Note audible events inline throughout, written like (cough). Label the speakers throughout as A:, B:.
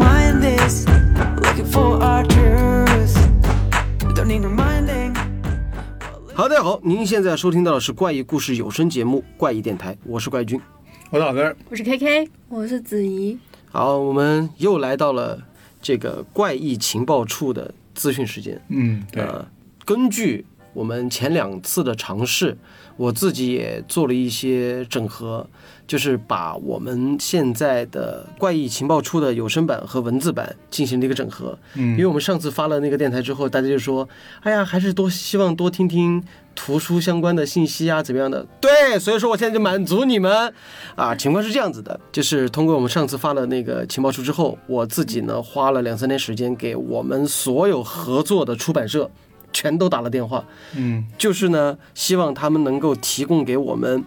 A: darkness, looking for our truth. Don't need reminding.
B: 好，大家好，您现在收听到的是怪异故事有声节目《怪异电台》，我是怪君。
C: 我老根儿，
D: 我是 KK，
E: 我是子怡，
B: 好，我们又来到了这个怪异情报处的资讯时间。
C: 嗯，对，
B: 呃，根据我们前两次的尝试，我自己也做了一些整合，就是把我们现在的怪异情报处的有声版和文字版进行了一个整合。
C: 嗯
B: 因为我们上次发了那个电台之后，大家就说，哎呀，还是多希望多听听图书相关的信息啊，怎么样的？对，所以说我现在就满足你们啊。情况是这样子的，就是通过我们上次发了那个情报书之后，我自己呢花了两三天时间给我们所有合作的出版社全都打了电话，
C: 嗯，
B: 就是呢，希望他们能够提供给我们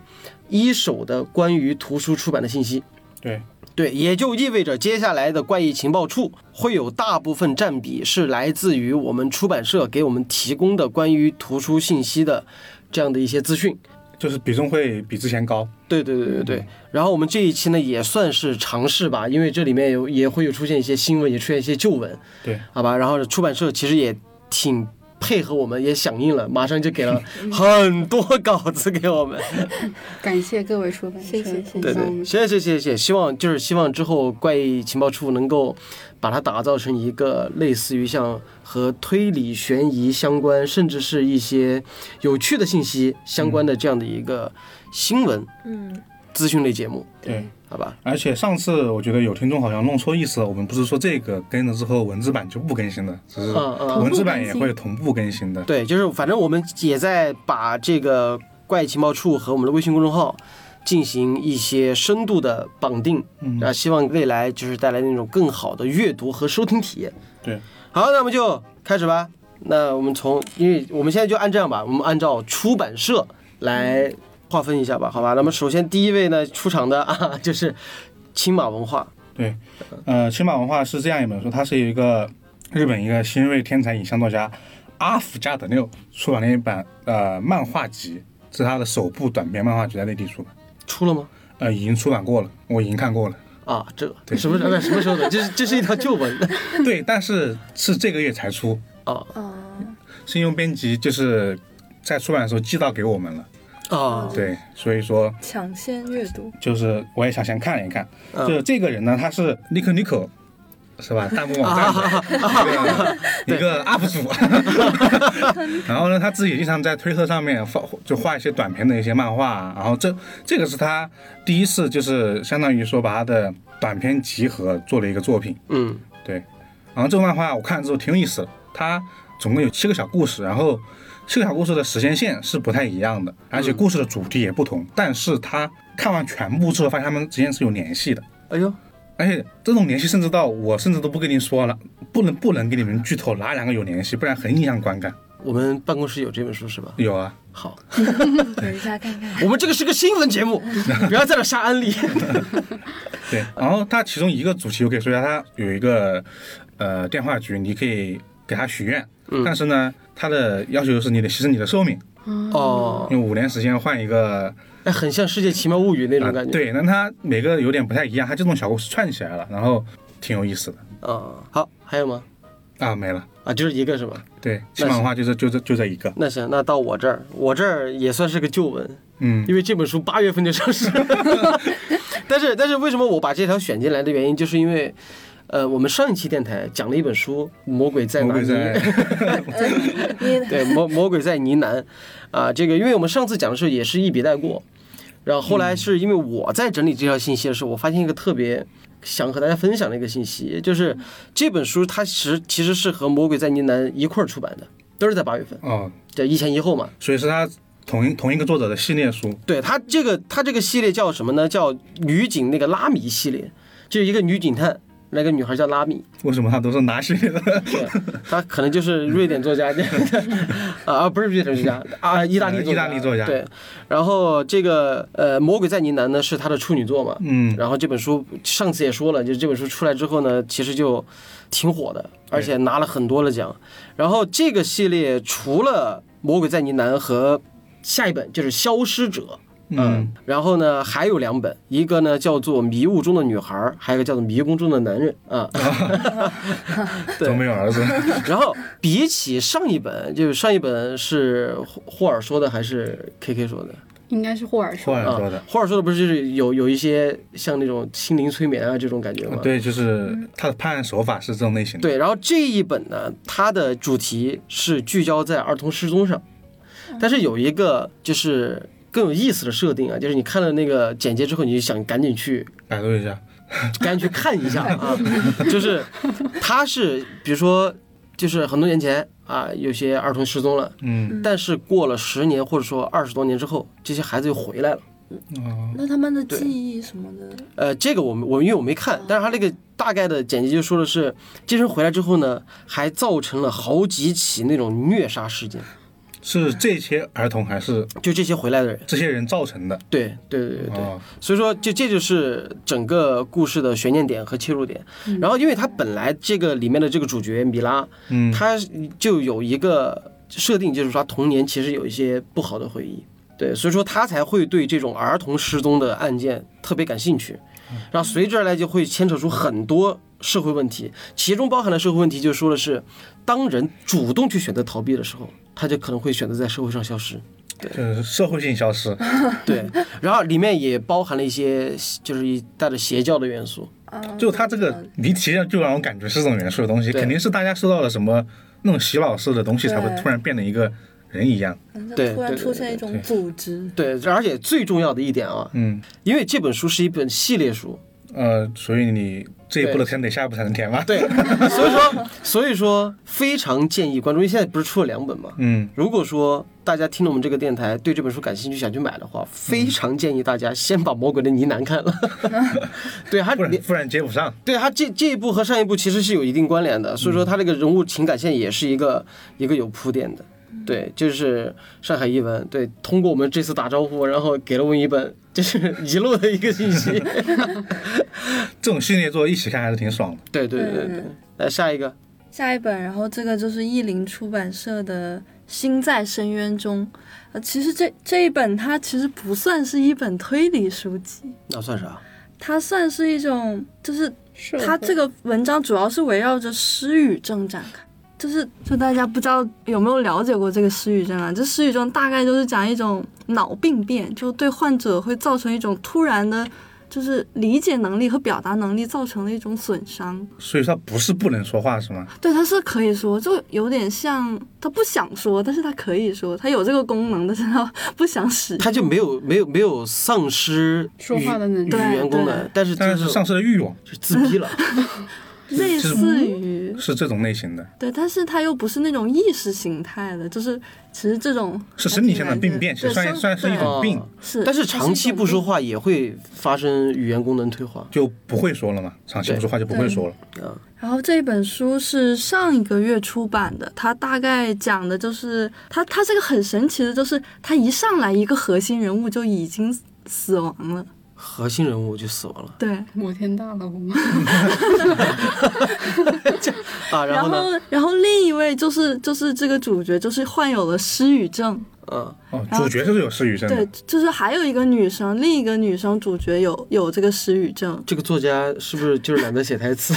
B: 一手的关于图书出版的信息。
C: 对，
B: 对，也就意味着接下来的怪异情报处会有大部分占比是来自于我们出版社给我们提供的关于图书信息的这样的一些资讯。
C: 就是比重会比之前高。
B: 对对对对对。然后我们这一期呢也算是尝试吧，因为这里面有也会有出现一些新闻，也出现一些旧闻，
C: 对，
B: 好吧。然后出版社其实也挺。配合我们也响应了，马上就给了很多稿子给我们。
E: 感谢各位出版社，
D: 谢谢谢
B: 对
E: 让我
B: 对，
E: 们
B: 谢谢谢谢谢谢，希望就是希望之后怪异情报处能够把它打造成一个类似于像和推理悬疑相关，甚至是一些有趣的信息相关的这样的一个新闻
D: 嗯，
B: 资讯类节目，
C: 对，
B: 好吧？
C: 而且上次我觉得有听众好像弄错意思了，我们不是说这个跟了之后文字版就不更新了，只是
B: 嗯嗯
C: 文字版也会同步更新的。
B: 对，就是反正我们也在把这个怪异情报处和我们的微信公众号进行一些深度的绑定，
C: 嗯
B: 啊，希望未来就是带来那种更好的阅读和收听体验。
C: 对，
B: 好，那我们就开始吧。那我们从，因为我们现在就按这样吧，我们按照出版社来划分一下吧，好吧？那么首先第一位呢出场的 (laughs) 啊，就是青马文化，
C: 对，呃，青马文化是这样一本书，它是有一个日本一个新锐天才影像作家阿福加德六出版了一版呃漫画集，是他的首部短篇漫画集在内地出版，
B: 出了吗？
C: 呃，已经出版过了，我已经看过了。 (laughs)
B: 啊，这个
C: 对
B: 什么时候？什么时候的？这是这是一条旧 (laughs) 闻
C: 对，但是是这个月才出，
B: 啊
C: 是因为编辑就是在出版的时候寄到给我们了，
B: 啊，
C: 对，所以说
E: 抢先阅读， (laughs)
C: 就是我也想先看一看，
B: 嗯
C: 就是这个人呢，他是 Nico Nico。是吧？弹幕网站的对一个 UP 主，然后呢，他自己经常在推特上面发，就画一些短篇的一些漫画啊。然后这这个是他第一次，就是相当于说把他的短篇集合做了一个作品。
B: 嗯
C: 对，然后这个漫画我看了之后挺有意思的，它总共有七个小故事，然后七个小故事的时间线是不太一样的，而且故事的主题也不同，但是它看完全部之后，发现它们之间是有联系的。
B: 哎呦，
C: 而且这种联系，甚至到我甚至都不跟你说了，不能不能给你们剧透哪两个有联系，不然很影响观感。
B: 我们办公室有这本书是吧？
C: 有啊，
B: 好，
E: 等一下看看。
B: 我们这个是个新闻 (laughs) 节目，不要在这瞎安 (laughs) 利。
C: 对。然后它其中一个主题，我可以说一下，它有一个呃电话局，你可以给他许愿，但是呢，它的要求是你得牺牲你的寿命，
B: 哦，
C: 用五年时间换一个
B: 哎，很像《世界奇妙物语》那种
C: 啊
B: 感觉。，
C: 对，那它每个有点不太一样，它这种小故事串起来了，然后挺有意思的
B: 啊，好，还有吗？
C: 啊，没了。
B: 啊，就是一个是吧？
C: 对，基本上的话就是就这就这一个，
B: 那行，那到我这儿，我这儿也算是个旧闻，
C: 嗯
B: 因为这本书八月份就上市
C: (laughs)
B: 了。但是，但是为什么我把这条选进来的原因，就是因为，呃，我们上一期电台讲了一本书《魔鬼在
C: 魔
B: 哪
C: 鬼
B: 里》(laughs)
C: 在
B: 对，魔魔鬼在呢喃，啊，这个因为我们上次讲的时候也是一笔带过，然后后
C: 嗯
B: 来是因为我在整理这条信息的时候，我发现一个特别想和大家分享的一个信息，就是这本书它其实其实是和《魔鬼在呢喃》一块儿出版的，都是在八月份，
C: 哦，
B: 对，一前一后嘛。
C: 所以是它同一同一个作者的系列书，
B: 对它这个它这个系列叫什么呢？叫女警那个拉米系列，就是一个女警探。那个女孩叫拉米，
C: 为什么它都是拿系列的？
B: 对 (laughs) 她可能就是瑞典作家， (laughs) 啊，不是瑞典作家，啊，意大利
C: 呃
B: 作家
C: 意大利作家
B: 对，然后这个呃，《魔鬼在呢喃》呢是她的处女作嘛，
C: 嗯，
B: 然后这本书上次也说了，就是这本书出来之后呢，其实就挺火的，而且拿了很多的奖。然后这个系列除了《魔鬼在呢喃》和下一本就是《消失者》
C: 嗯，
B: 然后呢，还有两本，一个呢叫做《迷雾中的女孩》，还有一个叫做《迷宫中的男人》啊。对
C: 都没有
B: (laughs)
C: 儿子，
B: 然后比起上一本，就是上一本是霍霍尔说的还是 K K 说的？
E: 应该是霍尔
C: 霍
E: 说，
C: 尔
B: 啊
C: 说的，，
B: 霍尔说的不是就是有有一些像那种心灵催眠啊这种感觉吗？
C: 对，就是他的判案手法是这种类型的，
B: 对，然后这一本呢，它的主题是聚焦在儿童失踪上，但是有一个就是更有意思的设定啊，就是你看了那个简介之后，你就想赶紧去
C: 百度一下，
B: 赶紧去 (laughs) 看一下啊，就是它是比如说就是很多年前啊，有些儿童失踪了，
C: 嗯，
B: 但是过了十年或者说二十多年之后，这些孩子又回来了。
C: 哦，
D: 那他们的记忆什么的，
B: 呃，这个我们我因为我没看，但是他那个大概的简介就说的是，这人回来之后呢，还造成了好几起那种虐杀事件，
C: 是这些儿童还是
B: 就这些回来的人，
C: 这些人造成的？
B: 对对对对对，
C: 哦，
B: 所以说就这就是整个故事的悬念点和切入点。然后，因为他本来这个里面的这个主角米拉，
C: 嗯，
B: 他就有一个设定，就是说他童年其实有一些不好的回忆，对，所以说他才会对这种儿童失踪的案件特别感兴趣，然后随之而来就会牵扯出很多社会问题，其中包含的社会问题就说的是，当人主动去选择逃避的时候，他就可能会选择在社会上消失。
C: 就是社会性消失，
B: 对，然后里面也包含了一些就是一带着邪教的元素，
E: 啊
C: 就他这
D: 嗯
C: 个离题就让我感觉是这种元素的东西，
B: 对
C: 肯定是大家受到了什么那种洗脑式的东西，才会
D: 对
C: 突然变得一个人一样。
D: 好像
B: 对
D: 突然
B: 对对
D: 出现一种组织，
B: 对，而且最重要的一点啊，
C: 嗯，
B: 因为这本书是一本系列书，
C: 呃，所以你这一步的坑得下一步才能填吧？
B: 对， (laughs) 所以说，所以说非常建议观众，因为现在不是出了两本嘛。
C: (laughs) 嗯，
B: 如果说大家听了我们这个电台，对这本书感兴趣，想去买的话，非常建议大家先把《魔鬼的呢喃》看
C: (laughs)
B: 了。对，它
C: 不然
B: 连
C: 不然接不上。
B: 对它这这一部和上一部其实是有一定关联的，所以说它这个人物情感线也是一个一个有铺垫的。对，就是上海译文，对，通过我们这次打招呼，然后给了我们一本就是 (laughs) 一路的一个信 (laughs) 息。
C: 这种系列作一起看还是挺爽的。
B: 对对对对，来下一个，
D: 下一本，然后这个就是译林出版社的《心在深渊中》。呃，其实这这一本它其实不算是一本推理书籍，
B: 那算啥？
D: 它算是一种，就是
E: 社
D: 它
E: 会
D: 这个文章主要是围绕着失语症展开。就是，就大家不知道有没有了解过这个失语症啊？这失语症大概就是讲一种脑病变，就对患者会造成一种突然的，就是理解能力和表达能力造成的一种损伤。
C: 所以说不是不能说话是吗？
D: 对，他是可以说，就有点像他不想说，但是他可以说，他有这个功能，但是他不想使。
B: 他就没有没有没有丧失
E: 说话的能
B: 语
E: 力
D: 对
B: 言功能
D: 对，
B: 但是
C: 但
B: 就是
C: 丧失了欲望
B: 就自
E: (laughs)
B: 闭了。
D: 类
C: 是
D: 似于
C: 是这种类型的，
D: 对，但是他又不是那种意识形态的，就是其实这种
C: 是
D: 还
C: 身体
D: 挺
C: 性的
D: 难
C: 病
D: 的
C: 变，其
D: 对
C: 实算
D: 生
C: 算是一
D: 对
C: 种病
B: 哦，
D: 是，
B: 但是
D: 它
B: 长
D: 一
B: 期
D: 种
B: 不说
D: 病，
B: 话也会发生语言功能退化。
C: 就不会说了嘛，长期不说话就不会说了。
D: 然后这本书是上一个月出版的，它大概讲的就是它它这个很神奇的，就是它一上来一个核心人物就已经死亡了，
B: 核心人物就死亡了
D: 对。
E: 摩天大楼吗？
B: (laughs) 啊，然
D: 然
B: 后呢？
D: 后，然后另一位就是就是这个主角，就是患有了失语症，
B: 嗯，，
C: 哦，
D: 然后
C: 主角就是有失语症
D: 对
C: 的，，
D: 就是还有一个女生，另一个女生主角有有这个失语症
B: (laughs) 这个作家是不是就是懒得写台
D: (laughs)
B: 词？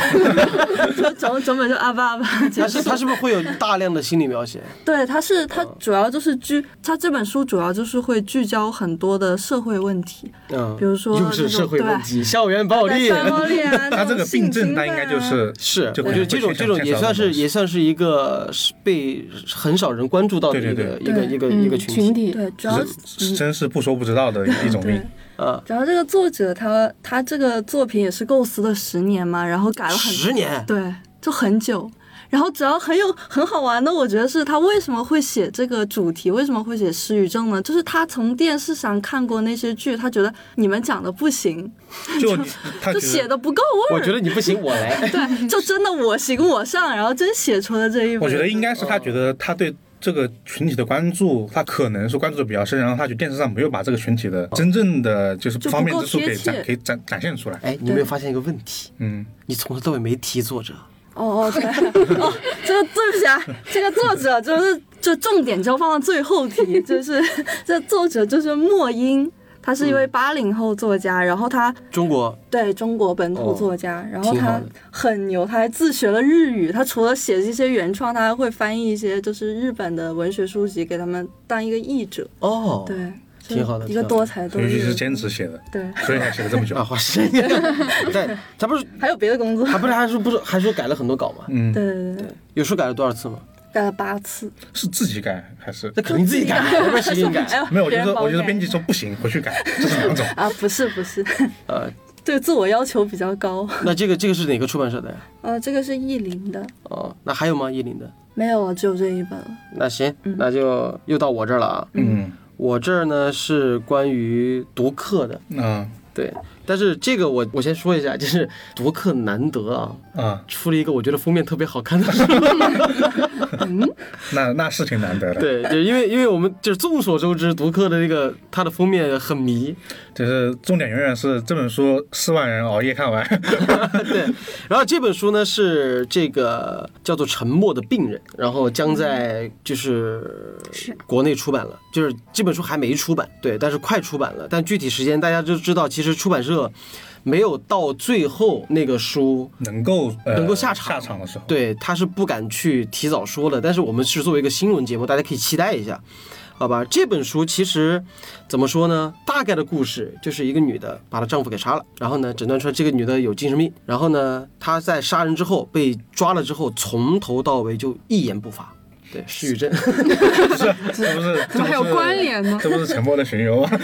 D: 就整整本就阿巴阿巴结
B: 他
D: 束
B: 是。他是不是会有大量的心理描写？
D: 对，它是它
C: 嗯
D: 主要就是聚，它这本书主要就是会聚焦很多的社会问题，
B: 嗯，
D: 比如说
B: 又是
D: 那种
B: 社会问
D: 对
B: 题、校园暴力
D: 对，校园暴力
C: (laughs)
D: 啊，
C: 他
D: 那
C: 这
D: 种
C: 个
D: 性
C: 病症
D: 侵
C: 他应该就
D: 犯啊
C: 是
B: (laughs) 是，
C: 就
B: 我
C: 可
B: 觉得
C: 能
B: 这
C: 会
B: 种这
C: 牵扯
B: 种也
C: 到
B: 算
C: 这种
B: 是也算是一个是被很少人关注到的
C: 对
B: 一
C: 对
B: 个一个一个一个
E: 嗯
B: 群
E: 群
B: 体
E: 体，
D: 对，主要
C: 是真是不说不知道的一种病
D: (laughs) 对。
B: 啊，
D: 主要这个作者他他这个作品也是构思了十年嘛，然后改了很
B: 十年
D: 对，就很久。然后只要很有很好玩的，我觉得是他为什么会写这个主题，为什么会写失语症呢？就是他从电视上看过那些剧，他觉得你们讲的不行，
C: 就你他
D: 就
C: 觉得
D: 写的不够味
B: 我
D: 儿。
B: 觉得你不行，我
D: (laughs)
B: 来。
D: 对，就真的我行我上，然后真写出了这一本。
C: 我觉得应该是
D: 嗯
C: 他觉得他对这个群体的关注，他可能是关注的比较深，然后他觉得电视上没有把这个群体的真正的就是
D: 就不
C: 方面
D: 够
C: 之处给
D: 贴切
C: 展给展展现出来。
B: 哎，你有没有发现一个问题？
C: 嗯，
B: 你从头到尾没提作者。
D: 哦哦对 (laughs) 哦，这个对不起啊，这个作者 (laughs) 就是就重点就放到最后提，就是这作者就是莫英，他是一位八零后作家，然后他
B: 中国
D: 对中国本土
B: 哦
D: 作家，然后
B: 挺好
D: 他
B: 的
D: 很牛，他还自学了日语。他除了写这些原创，他还会翻译一些就是日本的文学书籍给他们当一个译者。
B: 哦，
D: 对，就
B: 挺好的
D: 一
B: 挺好
D: 个
B: 的
D: 多才多
C: 尤其
D: 艺
C: 是
D: 的。
C: 兼职写的，
D: 对，
C: 所以才写了这么久
B: 啊，。花 (laughs) 时间，对，他不是
D: 还有别的工作。
B: 他不是还说不是还说改了很多稿吗？
C: 嗯，
D: 对对对，
B: 有说改了多少次吗？
D: 改了八次。
C: 是自己改还是？
B: 那肯定自己
D: (laughs)
B: 改，要不然谁给你
D: 哎
B: 改？
D: 呦
C: 没有，我
D: 别
C: 觉
D: 人
C: 得
D: 帮
C: 我觉得
D: 改
C: 编辑说不行，回去改，这是两种。
D: 啊，不是不是， (laughs)
B: 呃，
D: 对自我要求比较高。
B: 那这个这个是哪个出版社的呀？
D: 呃，这个是意林的，
B: 哦，那还有吗？叶林的？嗯
D: 没有啊，只有这一本了。
B: 那行，那就又到我这儿了啊。
C: 嗯
B: 我这儿呢是关于读客的，
C: 啊
B: 对，但是这个我我先说一下，就是读客难得啊，
C: 啊，
B: 出了一个我觉得封面特别好看的 (laughs) 书。
C: 那那是挺难得的。
B: 对，就因为因为我们就是众所周知，读客的这个它的封面很迷，
C: 就是重点永远是这本书四万人熬夜看完。
B: (laughs) 对，然后这本书呢是这个叫做《沉默的病人》，然后将在就是国内出版了，就是这本书还没出版，对，但是快出版了，但具体时间大家就知道，其实出版社没有到最后那个书。
C: 能够、呃、
B: 能够下场
C: 下场的时候，
B: 对，他是不敢去提早说的，但是我们是作为一个新闻节目，大家可以期待一下，好吧？这本书其实怎么说呢？大概的故事就是一个女的把她丈夫给杀了，然后呢，诊断出来这个女的有精神病，然后呢，她在杀人之后被抓了之后，从头到尾就一言不发。
D: (laughs)
B: 对，失语症，
C: 这不
B: (laughs)
C: 是
E: 怎么还有关？联呢？
C: 这不是这不是沉默的巡游吗？ (laughs)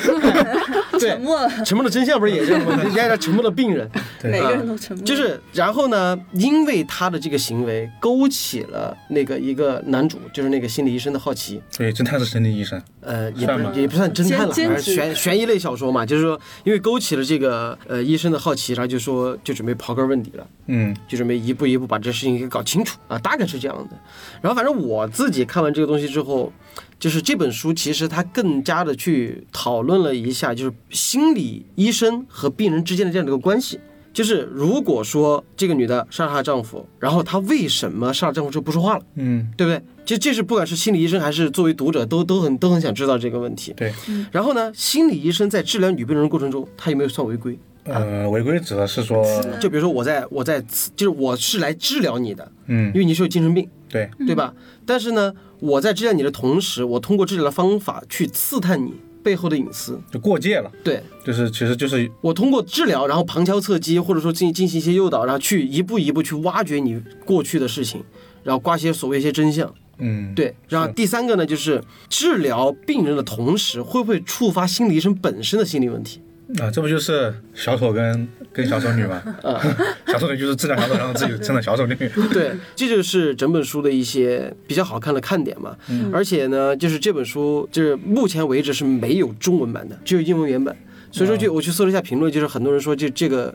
B: 对
D: 沉，默了，
B: 沉默的真相不是也这样吗？人家叫沉默的病人，
D: (laughs)
B: 啊
D: 每个
C: 啊
D: 人都沉默。
B: 就是，然后呢，因为她的这个行为勾起了那个一个男主，就是那个心理医生的好奇，
C: 对，侦探是心理医生，
B: 呃，也
C: 算
B: 不
C: 吗
B: 也不算侦探了，
D: 兼
B: 反正
D: 兼职
B: 悬悬疑类小说嘛，就是说，因为勾起了这个呃医生的好奇，然后就说就准备刨根问底了，
C: 嗯，
B: 就准备一步一步把这事情给搞清楚啊，大概是这样的。然后反正我自己看完这个东西之后，就是这本书其实它更加的去讨论了一下，就是心理医生和病人之间的这样的一个关系。就是如果说这个女的杀了她丈夫，然后她为什么杀了丈夫之后不说话了？
C: 嗯，
B: 对不对？这这是不管是心理医生还是作为读者，都都很都很想知道这个问题。
C: 对，
B: 然后呢，心理医生在治疗女病人的过程中，他有没有算违规？
C: 呃，违规指的是说，
B: 就比如说我在我在就是我是来治疗你的，
C: 嗯
B: 因，为你是有精神病，
C: 对，
B: 对吧？但是呢，我在治疗你的同时，我通过治疗的方法去刺探你背后的隐私。
C: 就过界了，
B: 对
C: 就是其实就是
B: 我通过治疗，然后旁敲侧击，或者说进进行一些诱导，然后去一步一步去挖掘你过去的事情，然后刮些所谓一些真相。
C: 嗯，
B: 对，然后
C: 是
B: 第三个呢，就是治疗病人的同时，会不会触发心理医生本身的心理问题？
C: 啊，这不就是小丑跟跟小丑女
B: (laughs)
C: 吗？
B: 啊、
C: (laughs) 小丑女就是治疗小丑，然后自己成了小
B: (laughs)
C: 丑女。
B: 对，这就是整本书的一些比较好看的看点嘛。而且呢，就是这本书，就是目前为止是没有中文版的，只有英文原版。所以说，就我去搜了一下评论，就是很多人说这这个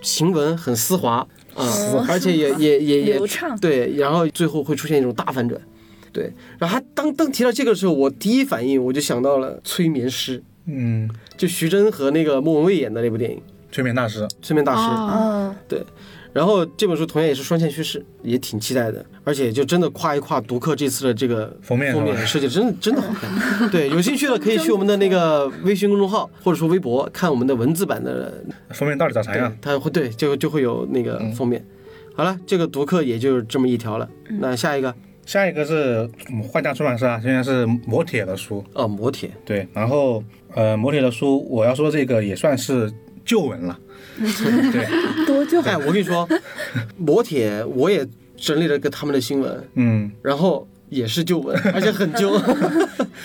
B: 行文很丝滑啊、而且也也也也
D: 流畅
B: 对，然后最后会出现一种大反转。对，然后他当当提到这个的时候，我第一反应我就想到了催眠师。
C: 嗯，
B: 就徐峥和那个莫文蔚演的那部电影
C: 催眠大师，
B: 《催眠大师》
E: 哦，
D: 啊，
B: 对。然后这本书同样也是双线叙事，也挺期待的，而且就真的跨一跨读客这次的这个
C: 封面是
B: 封
C: 吧
B: 面设计真的真的好看。
C: (laughs)
B: 对，有兴趣的可以去我们的那个微信公众号或者说微博看我们的文字版的，
C: 封面到底长啥样？嗯
B: 它会对就就会有那个封面。好了，这个读客也就这么一条了。那下一个
C: 下一个是我们换家出版社啊，现在是磨铁的书，
B: 哦，磨铁
C: 对，然后呃，磨铁的书，我要说这个也算是旧文
B: (laughs)
C: 了，对，
D: 多就
B: 哎，我跟你说， (laughs) 磨铁我也整理了个他们的新闻，
C: 嗯，
B: 然后也是旧文，而且很旧。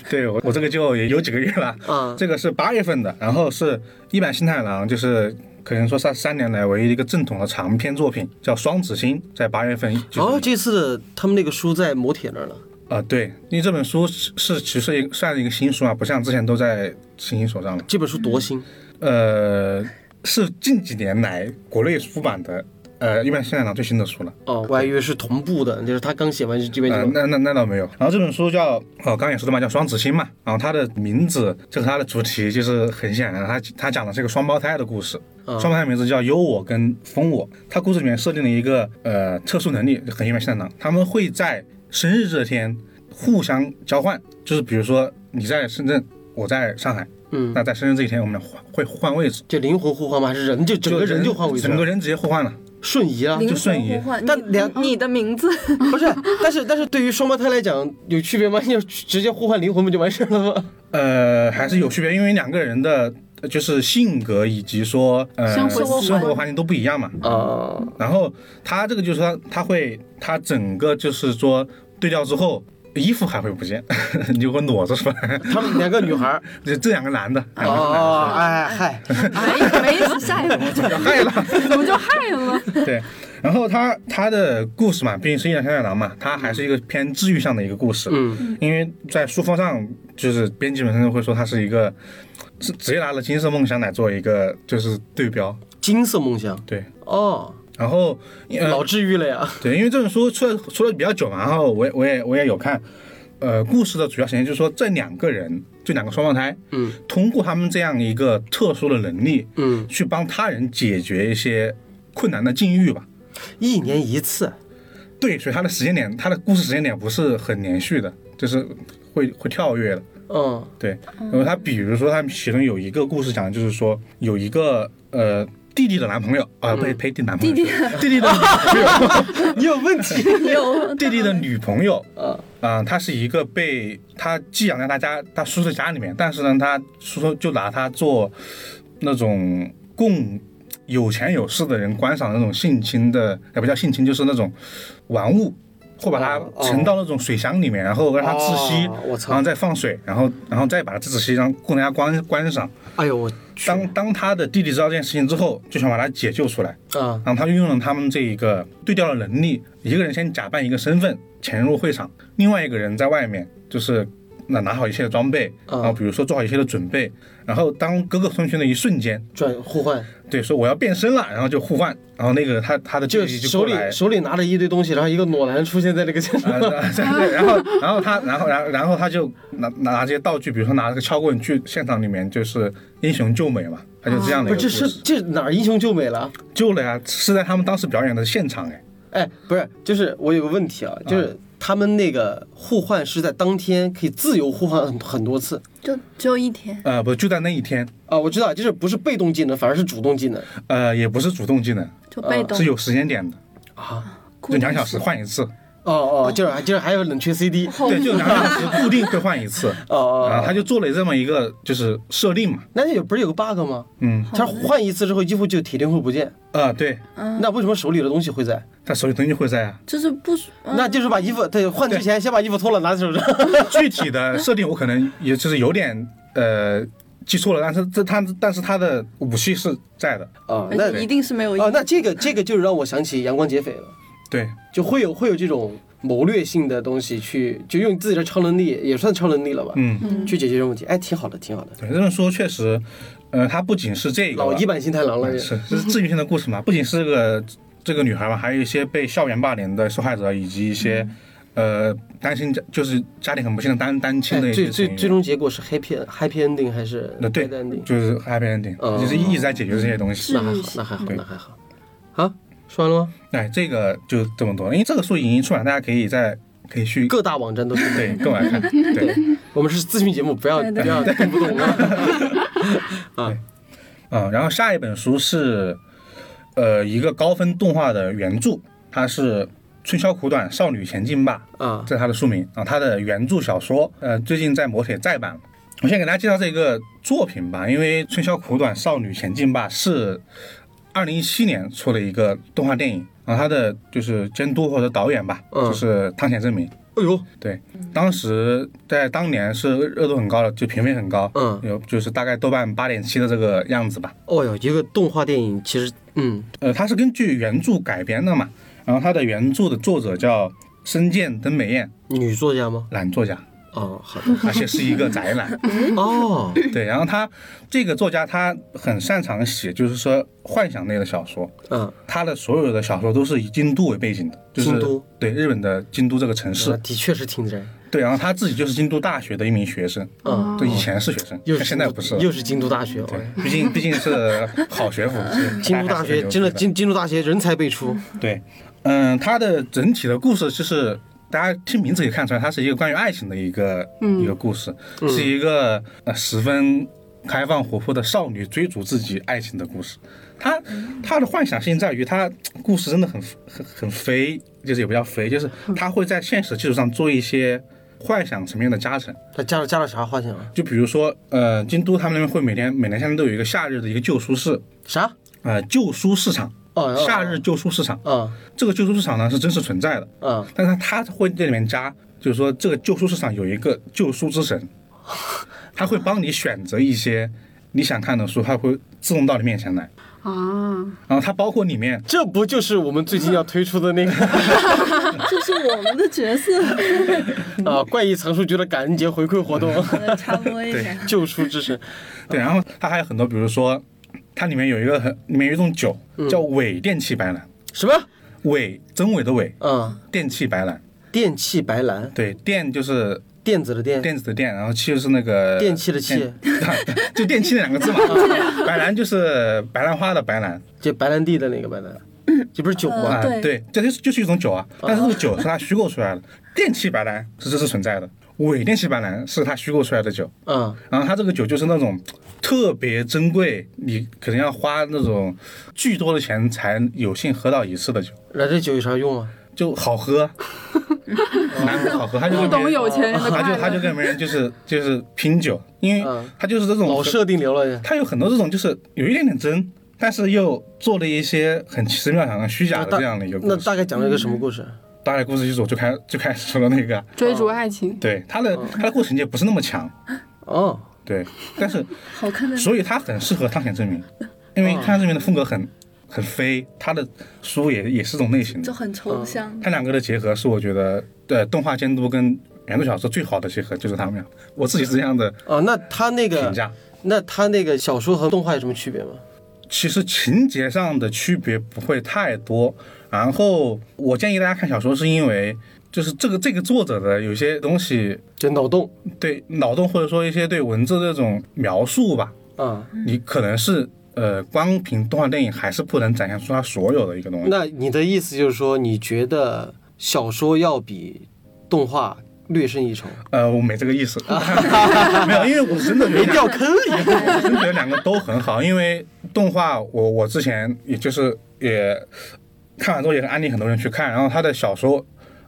C: 对我我这个就也有几个月了，
B: 啊
C: 这个是八月份的，然后是一版新太郎，就是可能说三三年来唯一一个正统的长篇作品，叫《双子星》，在八月份就是
B: 哦，这次的他们那个书在磨铁那儿了。
C: 啊、对，因为这本书是是其实一算是一个新书啊，不像之前都在新星手上了，
B: 这本书多新，
C: 呃，是近几年来国内出版的。呃，一版新太郎最新的书了，
B: 哦，我还以为是同步的，就是他刚写完这边
C: 呃，
B: 就
C: 那那那倒没有。然后这本书叫，哦，刚刚也说的嘛，叫《双子星》嘛。然后它的名字就是它的主题，就是很显然，它它讲的是一个双胞胎的故事。
B: 嗯
C: 双胞胎名字叫优我跟风我。它故事里面设定了一个呃特殊能力，很一般现场，他们会在生日这天互相交换，就是比如说你在深圳，我在上海，
B: 嗯
C: 那，在深圳这几天我们俩换会换位置，
B: 就灵魂互换吗？还是人就整个人就换位置了？
C: 整个人直接互换了。
B: 瞬移啊？
C: 就瞬移
D: 灵魂互换
B: 但
D: 你嗯
B: 两
D: 你的名字
B: 不是，但是但是对于双胞胎来讲有区别吗？ (laughs) 你就直接互换灵魂不就完事儿了吗？
C: 呃，还是有区别，因为两个人的呃就是性格以及说呃
E: 生活习惯
C: 生活环境都不一样嘛。
B: 啊，
C: 然后他这个就是说他会他整个就是说对调之后。衣服还会不见， (laughs) 你就会裸着 (laughs) 出来。
B: 他们两个女孩儿，
C: 这这两个男的，两个男
B: (laughs)
C: 的
B: 哦，哎嗨，
D: 没没什么下一步，
C: 害
D: (laughs)
C: 了。
D: 怎么就害了？
C: (laughs) 对，然后他他的故事嘛，毕竟是《一两小太郎》嘛，他还是一个偏治愈向的一个故事。
B: 嗯，
C: 因为在书封上，就是编辑本身就会说它是一个，是直接拿了金色梦想来做一个就是对标。
B: 金色梦想
C: 对，
B: 哦，
C: 然后呃
B: 老治愈了呀，
C: 对，因为这本书出来出了比较久嘛，然后我也我也我也有看。呃，故事的主要呈现就是说，这两个人，这两个双胞胎，
B: 嗯，
C: 通过他们这样一个特殊的能力，
B: 嗯，
C: 去帮他人解决一些困难的境遇吧。
B: 一年一次，
C: 对，所以它的时间点，它的故事时间点不是很连续的，就是会会跳跃的。
B: 嗯
C: 对，然后它比如说它其中有一个故事讲，就是说有一个呃弟弟的男朋友啊，
B: 嗯
C: 呸呸、弟男朋友，弟 (laughs) 弟的女朋友，
B: 你有问题，
D: 有
C: (laughs) 弟弟的女朋友，
B: 嗯
C: 啊、她是一个被他寄养在他家他叔叔家里面，但是呢，他叔叔就拿他做那种供有钱有势的人观赏那种性侵的，也不叫性侵，就是那种玩物，会把它
B: 哦哦
C: 沉到那种水箱里面，然后让它窒息，
B: 哦我操
C: 然后再放水，然后然后再把它窒息，让供大家观观赏。
B: (laughs) 哎呦我去，
C: 当当他的弟弟知道这件事情之后，就想把他解救出来。
B: 啊
C: 然后他运用了他们这一个对调的能力，一个人先假扮一个身份潜入会场，另外一个人在外面就是那拿好一切的装备，
B: 嗯
C: 然后比如说做好一切的准备，然后当哥哥出现的一瞬间，
B: 转互换，
C: 对，说我要变身了，然后就互换，然后那个他他的弟
B: 就
C: 弟就
B: 手
C: 过
B: 里
C: 来。
B: 手里拿着一堆东西，然后一个裸男出现在这个现
C: 啊
B: 场，
C: 对 (laughs) 对，然后，然后他，然后，然后，然后他就拿拿拿这些道具，比如说拿这个撬棍去现场里面，就是英雄救美嘛，他就这样的一
B: 不
C: 个
B: 是这
C: 故事，
B: 是这哪儿英雄救美了？
C: 救了呀，是在他们当时表演的现场哎，
B: 哎，不是，就是我有个问题啊，就是他们那个互换是在当天可以自由互换很很多次
D: 就只有一天，
C: 呃，不就在那一天，
B: 啊，我知道，就是不是被动技能，反而是主动技能
C: 呃，也不是主动技能，
D: 就被
C: 嗯
D: 动
C: 是有时间点的，
B: 啊。
D: 固
C: 就
D: 定
C: 两小时换一
D: (laughs)
C: 次，
B: 哦哦，就是就是还有冷却 CD 哦
C: 对，就两小时固定会换一次。
B: 哦
C: 然
B: 哦，
C: 后他就做了这么一个就是设定嘛，
B: 那有不是有个 bug 吗？
C: 嗯，
B: 他换一次之后几乎就铁定会不见，
C: 啊，对，
D: 嗯
B: 那为什么手里的东西会在？
C: 他手里东西会在啊。
D: 就是不嗯
B: 那就是把衣服对换之前先把衣服脱了拿在手上。
C: (laughs) 具体的设定我可能也就是有点呃记错了，但是这他但是他的武器是在的，
B: 啊，那
D: 而呃且一定是没有
C: 哦
D: 一
B: 啊，那这个这个就让我想起《阳光劫匪》了。
C: 对，
B: 就会有会有这种谋略性的东西去，就用自己的超能力，也算超能力了吧，
C: 嗯，
B: 去解决这个问题，哎，挺好的，挺好的。
C: 对，这么说确实，呃，他不仅是这个
B: 老一版新太郎了，
C: 是是治愈性的故事嘛，不仅是这个这个女孩嘛，还有一些被校园霸凌的受害者，以及一些、
B: 嗯
C: 呃单亲家就是家庭很不幸的单单亲的
B: 哎
C: 一
B: 最
C: 些
B: 最
C: 成员
B: 最终结果是 happy happy ending 还是
C: 那
B: bad
C: 对
B: ending？，
C: 就是 happy ending，、
B: 哦
C: 就是一直在解决这些东西
B: 那。还好，那还好，
C: 对
B: 那还好。好，说完了吗？
C: 哎，这个就这么多，因为这个书已经出版，大家可以在可以去
B: 各大网站都是。
C: (laughs) 对购买看。对，
B: 我们是资讯节目，不要不
C: (laughs)
B: 要动不动啊。啊，
C: 嗯，然后下一本书是呃一个高分动画的原著，它是《春宵苦短，少女前进吧》。
B: 啊
C: 这是他的书名啊，他的原著小说，呃，最近在磨铁再版了。我先给大家介绍这个作品吧，因为《春宵苦短，少女前进吧》是二零一七年出的一个动画电影，然后他的就是监督或者导演吧，
B: 嗯
C: 就是汤浅证明。
B: 哎呦，
C: 对，当时在当年是热度很高的，就评分很高，
B: 嗯
C: 有就是大概豆瓣八点七的这个样子吧。
B: 哦哟，一个动画电影，其实，嗯，
C: 呃，它是根据原著改编的嘛，然后它的原著的作者叫深见登美彦，
B: 女作家吗？
C: 懒作家，
B: 哦，好
C: (laughs)
B: 的。
C: 而且是一个宅男。
B: 哦，
C: 对，然后他这个作家他很擅长写，就是说幻想类的小说，
B: 嗯，
C: 他的所有的小说都是以京都为背景的，就是
B: 京都嗯
C: 对日本的京都这个城市
B: 那，的确是挺宅。
C: 对，然后他自己就是京都大学的一名学生，
B: 嗯，
C: 对，以前是学生，
B: 又是
C: 但现在不是了，
B: 又是京都大学。哦
C: 对，毕竟毕竟是好学府，
B: (laughs)
C: 是
B: 京都大学真的，
C: 大家还是很牛
B: (laughs)
C: 逼
B: 京京都大学人才辈出。
C: 对，嗯，他的整体的故事就是大家听名字也看出来，它是一个关于爱情的一个、
B: 嗯
C: 一个故事，是一个呃十分开放活泼的少女追逐自己爱情的故事。她
B: 嗯
C: 她的幻想性在于，她故事真的很很很肥，就是也不叫肥，就是
B: 嗯
C: 她会在现实基础上做一些幻想层面的加成。
B: 那加了加了啥幻想啊？
C: 就比如说，呃，京都他们那边会每天每年夏天都有一个夏日的一个旧书市，
B: 啥？
C: 呃，旧书市场，
B: 哦，哦
C: 夏日，旧书市场。
B: 嗯
C: 这个旧书市场呢是真实存在的，
B: 嗯，
C: 但是它它会在里面加，就是说这个旧书市场有一个旧书之
B: (laughs)
C: 神，他会帮你选择一些你想看的书，他会自动到你面前来。
E: (laughs) 啊，
C: 然后它包括里面，
B: 这不就是我们最近要推出的那 (laughs) 个
D: 这是我们的
C: (laughs)
D: 角色，
B: 啊怪异藏书局的感恩节回馈活 (laughs) 动？
D: 插播一下，
B: 救赎之神，嗯
C: 对，然后它还有很多，比如说它里面有一个很，里面有一种酒
B: 嗯
C: 叫伪电气白兰，
B: 什么？
C: 伪真伪的伪，
B: 嗯，
C: 电气白兰，
B: 电器白兰，
C: 对，电就是
B: 电子的电，
C: 电子的电，然后气就是那个
B: 电器的气
C: 电 (laughs) 就电器那两个
B: (laughs)
C: 字嘛。白兰就是白兰花的白兰
B: 就白兰地的那个白兰，这不是酒吗？
C: 啊，
D: 对
C: 对，这就是就是一种酒啊，
E: 哦
C: 但是这个酒是它虚构出来的，电器白兰是真实存在的，伪电器白兰是它虚构出来的酒。
B: 嗯，
C: 然后它这个酒就是那种特别珍贵，你可能要花那种巨多的钱才有幸喝到一次的酒，
B: 那这酒有啥用啊？
C: 就好
E: (laughs)
C: 喝，难得好喝，它就
E: 不
C: 跟别
E: 懂
C: 人
E: 有钱人的
C: 他
E: 快
C: 啊就
E: 乐。
C: 他就跟别人就是就是拼酒，因为
B: 嗯
C: 他就是这种
B: 老
C: 很
B: 设定流了，
C: 它有很多这种就是有一点点真，但是又做了一些很奇思妙想、很虚假的这样的一个故
B: 那
C: 事。
B: 大概讲了一个什么故事？
C: 大概故事基础就开就开始了那个，
E: 追逐爱情，
C: 对它的它的故事情节不是那么强，
B: 哦，
C: 对，但是
D: 好看的
C: 所以它很适合汤浅证明，因为汤浅证明的风格很很飞，他的书也也是这种类型
D: 就
C: 的，
D: 很抽象，
C: 它两个的结合是我觉得对动画监督跟原著小说最好的结合就是他们俩，我自己是这样的
B: 哦，那他那
C: 评
B: 个，
C: 价。
B: 那他那个小说和动画有什么区别吗？
C: 其实情节上的区别不会太多。然后我建议大家看小说，是因为就是这个这个作者的有些东西
B: 就脑洞，
C: 对脑洞，或者说一些对文字这种描述吧，
B: 嗯，
C: 你可能是呃光凭动画电影还是不能展现出它所有的一个东西。
B: 那你的意思就是说，你觉得小说要比动画略胜一筹？
C: 呃，我没这个
B: (laughs)
C: 意思， (laughs) 没有，因为我真的觉
B: 没
C: 得
B: 掉坑里。
C: 我真的觉得两个都很好，因为动画我我之前也就是也看完之后也是安利很多人去看，然后他的小说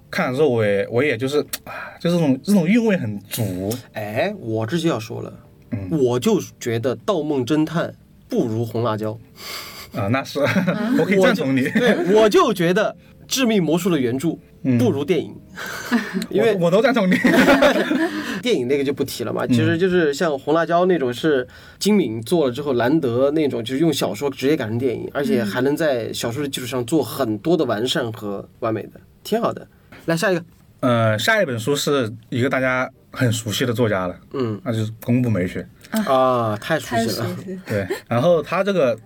C: 看了之后，我也我也就是啊，就这种这种韵味很足，
B: 哎，我这就要说了，我就觉得《盗梦侦探》不如《红辣椒》，
C: 啊、那是
B: 嗯
C: (laughs) 我可以赞同你，
B: 对， (laughs) 嗯我就觉得《致命魔术》的原著不如 (laughs) 电影，因为
C: 我我都赞同你，
B: 电影那个就不提了嘛，其实就是像《红辣椒》那种是金敏做了之后，兰德那种就是用小说直接改成电影，而且还能在小说的基础上做很多的完善和完美的，挺好的。来下一个，
C: 呃，下一本书是一个大家很熟悉的作家了，
B: 嗯
C: 那就是宫部
B: (laughs)
C: 美雪，
B: 啊，太熟
D: 太
B: 悉
D: 熟
B: 了，
D: 悉了，
C: 对，然后他这个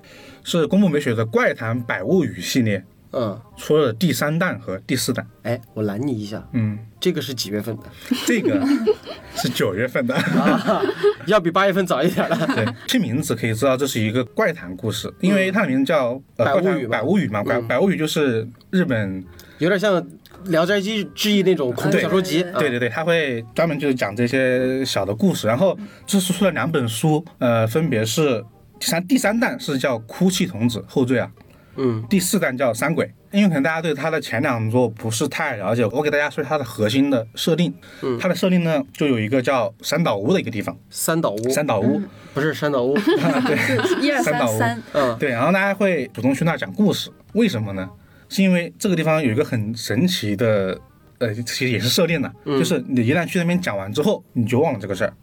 C: 是宫部美雪的《怪谈百物语》系列
B: 嗯，
C: 出了第三弹和第四弹，
B: 哎，我拦你一下，
C: 嗯，
B: 这个是几月份的？
C: 这个是九月
B: (laughs)
C: 份的。
B: 要比八月份早一点了。
C: 对，听名字可以知道这是一个怪谈故事，因为它的名字叫、呃
B: 百物
C: 怪谈
B: 语嘛嗯
C: 百物语嘛，百、百物语就是日本，
B: 有点像《聊斋志志异》那种恐怖
C: 对
B: 小说集。嗯
C: 对对对，他会专门就是讲这些小的故事，然后这是出了两本书，呃，分别是第三第三弹是叫《哭泣童子后缀》啊，
B: 嗯，
C: 第四弹叫《三鬼》，因为可能大家对它的前两作不是太了解，我给大家说一下它的核心的设定，它的设定呢就有一个叫三岛屋的一个地方，
B: 三岛屋
C: 三岛屋，
B: 不是山
D: (laughs)
B: 岛屋，
C: (laughs)
D: 一二
C: 三到
D: 三
C: 五
D: 三，
B: 嗯
C: 对，然后大家会主动去那儿讲故事，为什么呢？是因为这个地方有一个很神奇的，呃，其实也是设定的，就是你一旦去那边讲完之后，你就忘了这个事儿，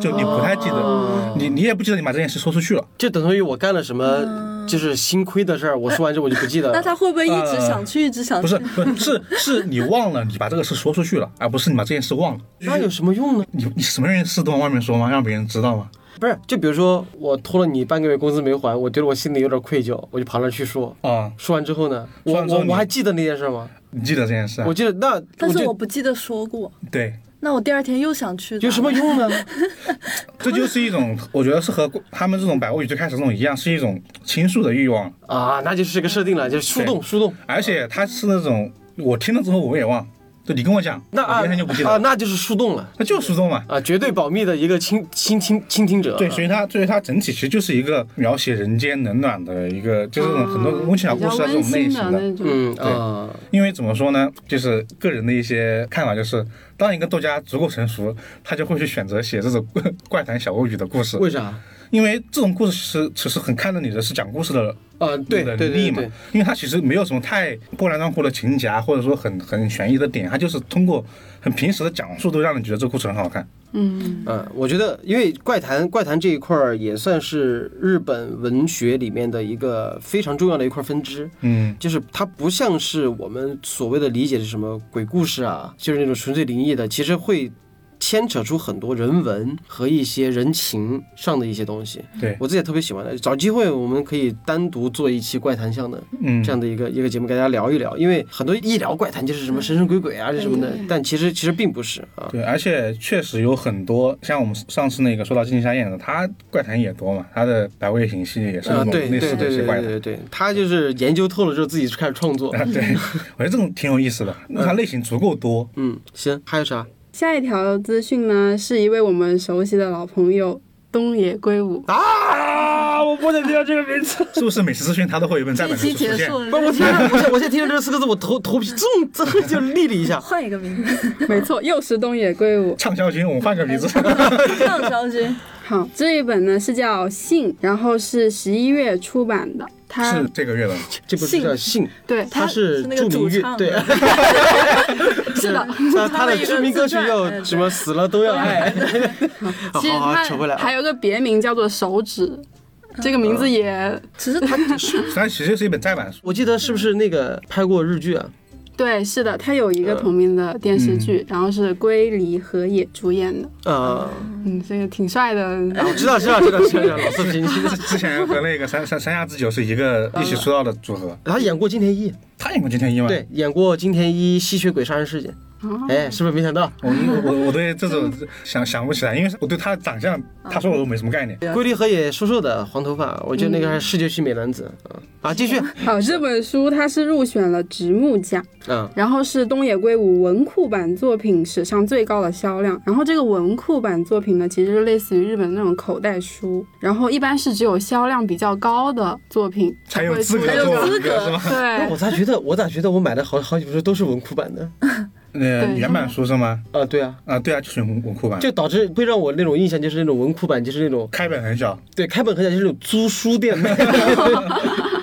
C: 就你不太记得，你你也不记得你把这件事说出去了。
B: 就等同于我干了什么就是心亏的事儿，我说完之后我就不记得
D: 嗯那
B: 了。
D: 他会不会一直想去，一直想
C: 呃不
D: 去
C: 是，？不是，是是你忘了，你把这个事说出去了，而不是你把这件事忘了。
B: 那有什么用呢？
C: 你你什么人事都往外面说吗？让别人知道吗？
B: 不是，就比如说我拖了你半个月工资没还，我觉得我心里有点愧疚，我就跑那儿去说。
C: 啊、
B: 说完之后呢，我
C: 说完之后
B: 我
C: 你
B: 我还记得那件事吗？
C: 你记得这件事啊
B: 我？记得那，
D: 但是
B: 就
D: 我不记得说过，
C: 对，
D: 那我第二天又想去，
B: 有什么？用
D: (laughs)
B: 呢？
C: 这就是一种，我觉得是和他们这种百物语最开始那种一样，是一种倾诉的欲望。
B: 啊，那就是这个设定了，就是树洞
C: 对
B: 树洞。
C: 而且它是那种我听了之后我也忘，对你跟我讲，
B: 那
C: 我
B: 啊
C: 第二天就不记得
B: 啊，
C: 了，
B: 那就是树洞了
C: 那就是苏东嘛。
B: 啊，绝对保密的一个倾倾听倾听者。啊
C: 对，所以它，所以它整体其实就是一一个描写人间冷暖的一个，就是那种很多
E: 啊
C: 温情小故事啊这
E: 比较温
C: 种类
E: 馨
C: 型的。
E: 那种，
B: 嗯
C: 对
B: 啊，
C: 因为怎么说呢，就是个人的一些看法，就是当一个作家足够成熟，他就会去选择写这种 (laughs) 怪谈小物语的故事，
B: 为啥？
C: 因为这种故事是其实很看着你的是讲故事的
B: 啊，对对
C: 能
B: 对
C: 力
B: 对
C: 嘛
B: 对，，
C: 因为它其实没有什么太波澜壮阔的情节啊，或者说很很悬疑的点，它就是通过很平时的讲述，都让你觉得这个故事很好看。
E: 嗯，
B: 嗯，我觉得，因为怪谈怪谈这一块儿也算是日本文学里面的一个非常重要的一块分支。
C: 嗯，
B: 就是它不像是我们所谓的理解的什么鬼故事啊，就是那种纯粹灵异的，其实会牵扯出很多人文和一些人情上的一些东西。
C: 对，
B: 我自己也特别喜欢的，找机会我们可以单独做一期怪谈向的
C: 嗯，
B: 这样的一个一个节目，跟大家聊一聊。因为很多医疗怪谈就是什么神神鬼鬼啊这什么的，但其实其实并不是啊。
C: 对，而且确实有很多像我们上次那个说到金夏燕的，他怪谈也多嘛，他的百味型系列也是那
B: 啊，
C: 种
B: 对
C: 类
B: 对
C: 似
B: 对
C: 的一
B: 对
C: 些怪
B: 对
C: 谈。
B: 对对，他就是研究透了之后自己开始创作。
C: 啊，对，我觉得这种挺有意思的，那它类型足够多。
B: 嗯，行，还有啥？
E: 下一条资讯呢，是一位我们熟悉的老朋友东野圭吾。
C: (laughs)
B: 啊！我不想听到这个名字。
C: 是不是每次资讯它都会有一本
D: 这
C: 再
D: 一
C: 版
D: 期
B: (laughs)
C: 书出
D: 结
C: 现
D: 束？了，
B: 不是，
D: (laughs)
B: 我听到，我现我现在听到这四个字，我头头皮重，这就立了一
D: (laughs)
B: 下。
D: 换一个名字，
E: 没错，又是东野圭吾。
C: 畅销君，我们换个名
B: (laughs)
C: 字。
D: 畅销君。
E: 好，这一本呢是叫《信》，然后是十一月出版的。它
C: 是这个月的吗，
B: 这不是叫信，
E: 对
B: 它是
D: 是那个
B: 著名
D: 主
B: 乐
D: 唱
B: 对， (laughs)
D: 是的，
B: 它它的知名歌曲
D: 又
B: 叫什么？死了都要爱。
D: (laughs)
B: (laughs) 好
E: 其实
B: 好好，扯回来
E: 它还
B: 啊。
E: 有个别名叫做《手指》，这个名字也
D: 只是他
C: 它其实是一本再版书。
B: 我记得是不是那个拍过日剧啊？
E: 对，是的，它有一个同名的电视剧，
C: 嗯
E: 然后是龟梨和也主演的。
B: 呃，
E: 嗯，这个挺帅的。
B: 啊我知道，知道，知道，知道，知道老色 (laughs) 批。你
C: 之之前和那个山山山下智久是一个一起出道的组合，
B: 他演过金田一，
C: 他演过金田一吗？，
B: 对，演过金田一吸血鬼杀人事件。
D: 哦
B: 哎，是不是没想到？
C: 我我我对这种想想不起来，因为我对他的长相，他说我都没什么概念。
D: 啊
B: 龟梨和也瘦瘦的，黄头发，我觉得那个还是世界系美男子。嗯啊，继续。
E: 好，这本书它是入选了直木奖，
B: 嗯，
E: 然后是东野圭吾文库版作品史上最高的销量。然后这个文库版作品呢，其实就类似于日本那种口袋书，然后一般是只有销量比较高的作品
C: 才
E: 会
C: 有资格
E: 出
C: 做
E: 这
C: 文
E: 个
C: 革是吗？ (laughs)
B: 那
E: 对
B: (laughs) 我咋觉得，我咋觉得我买的好好几本书都是文库版的？
C: 呃，
E: 对
C: 原版书是吗？
B: 啊，对啊，
C: 啊，对啊，就是文文库版，
B: 就导致会让我那种印象就是那种文库版，就是那种
C: 开本很小。
B: 对开本很小，就是那种租书店 (laughs) 卖的。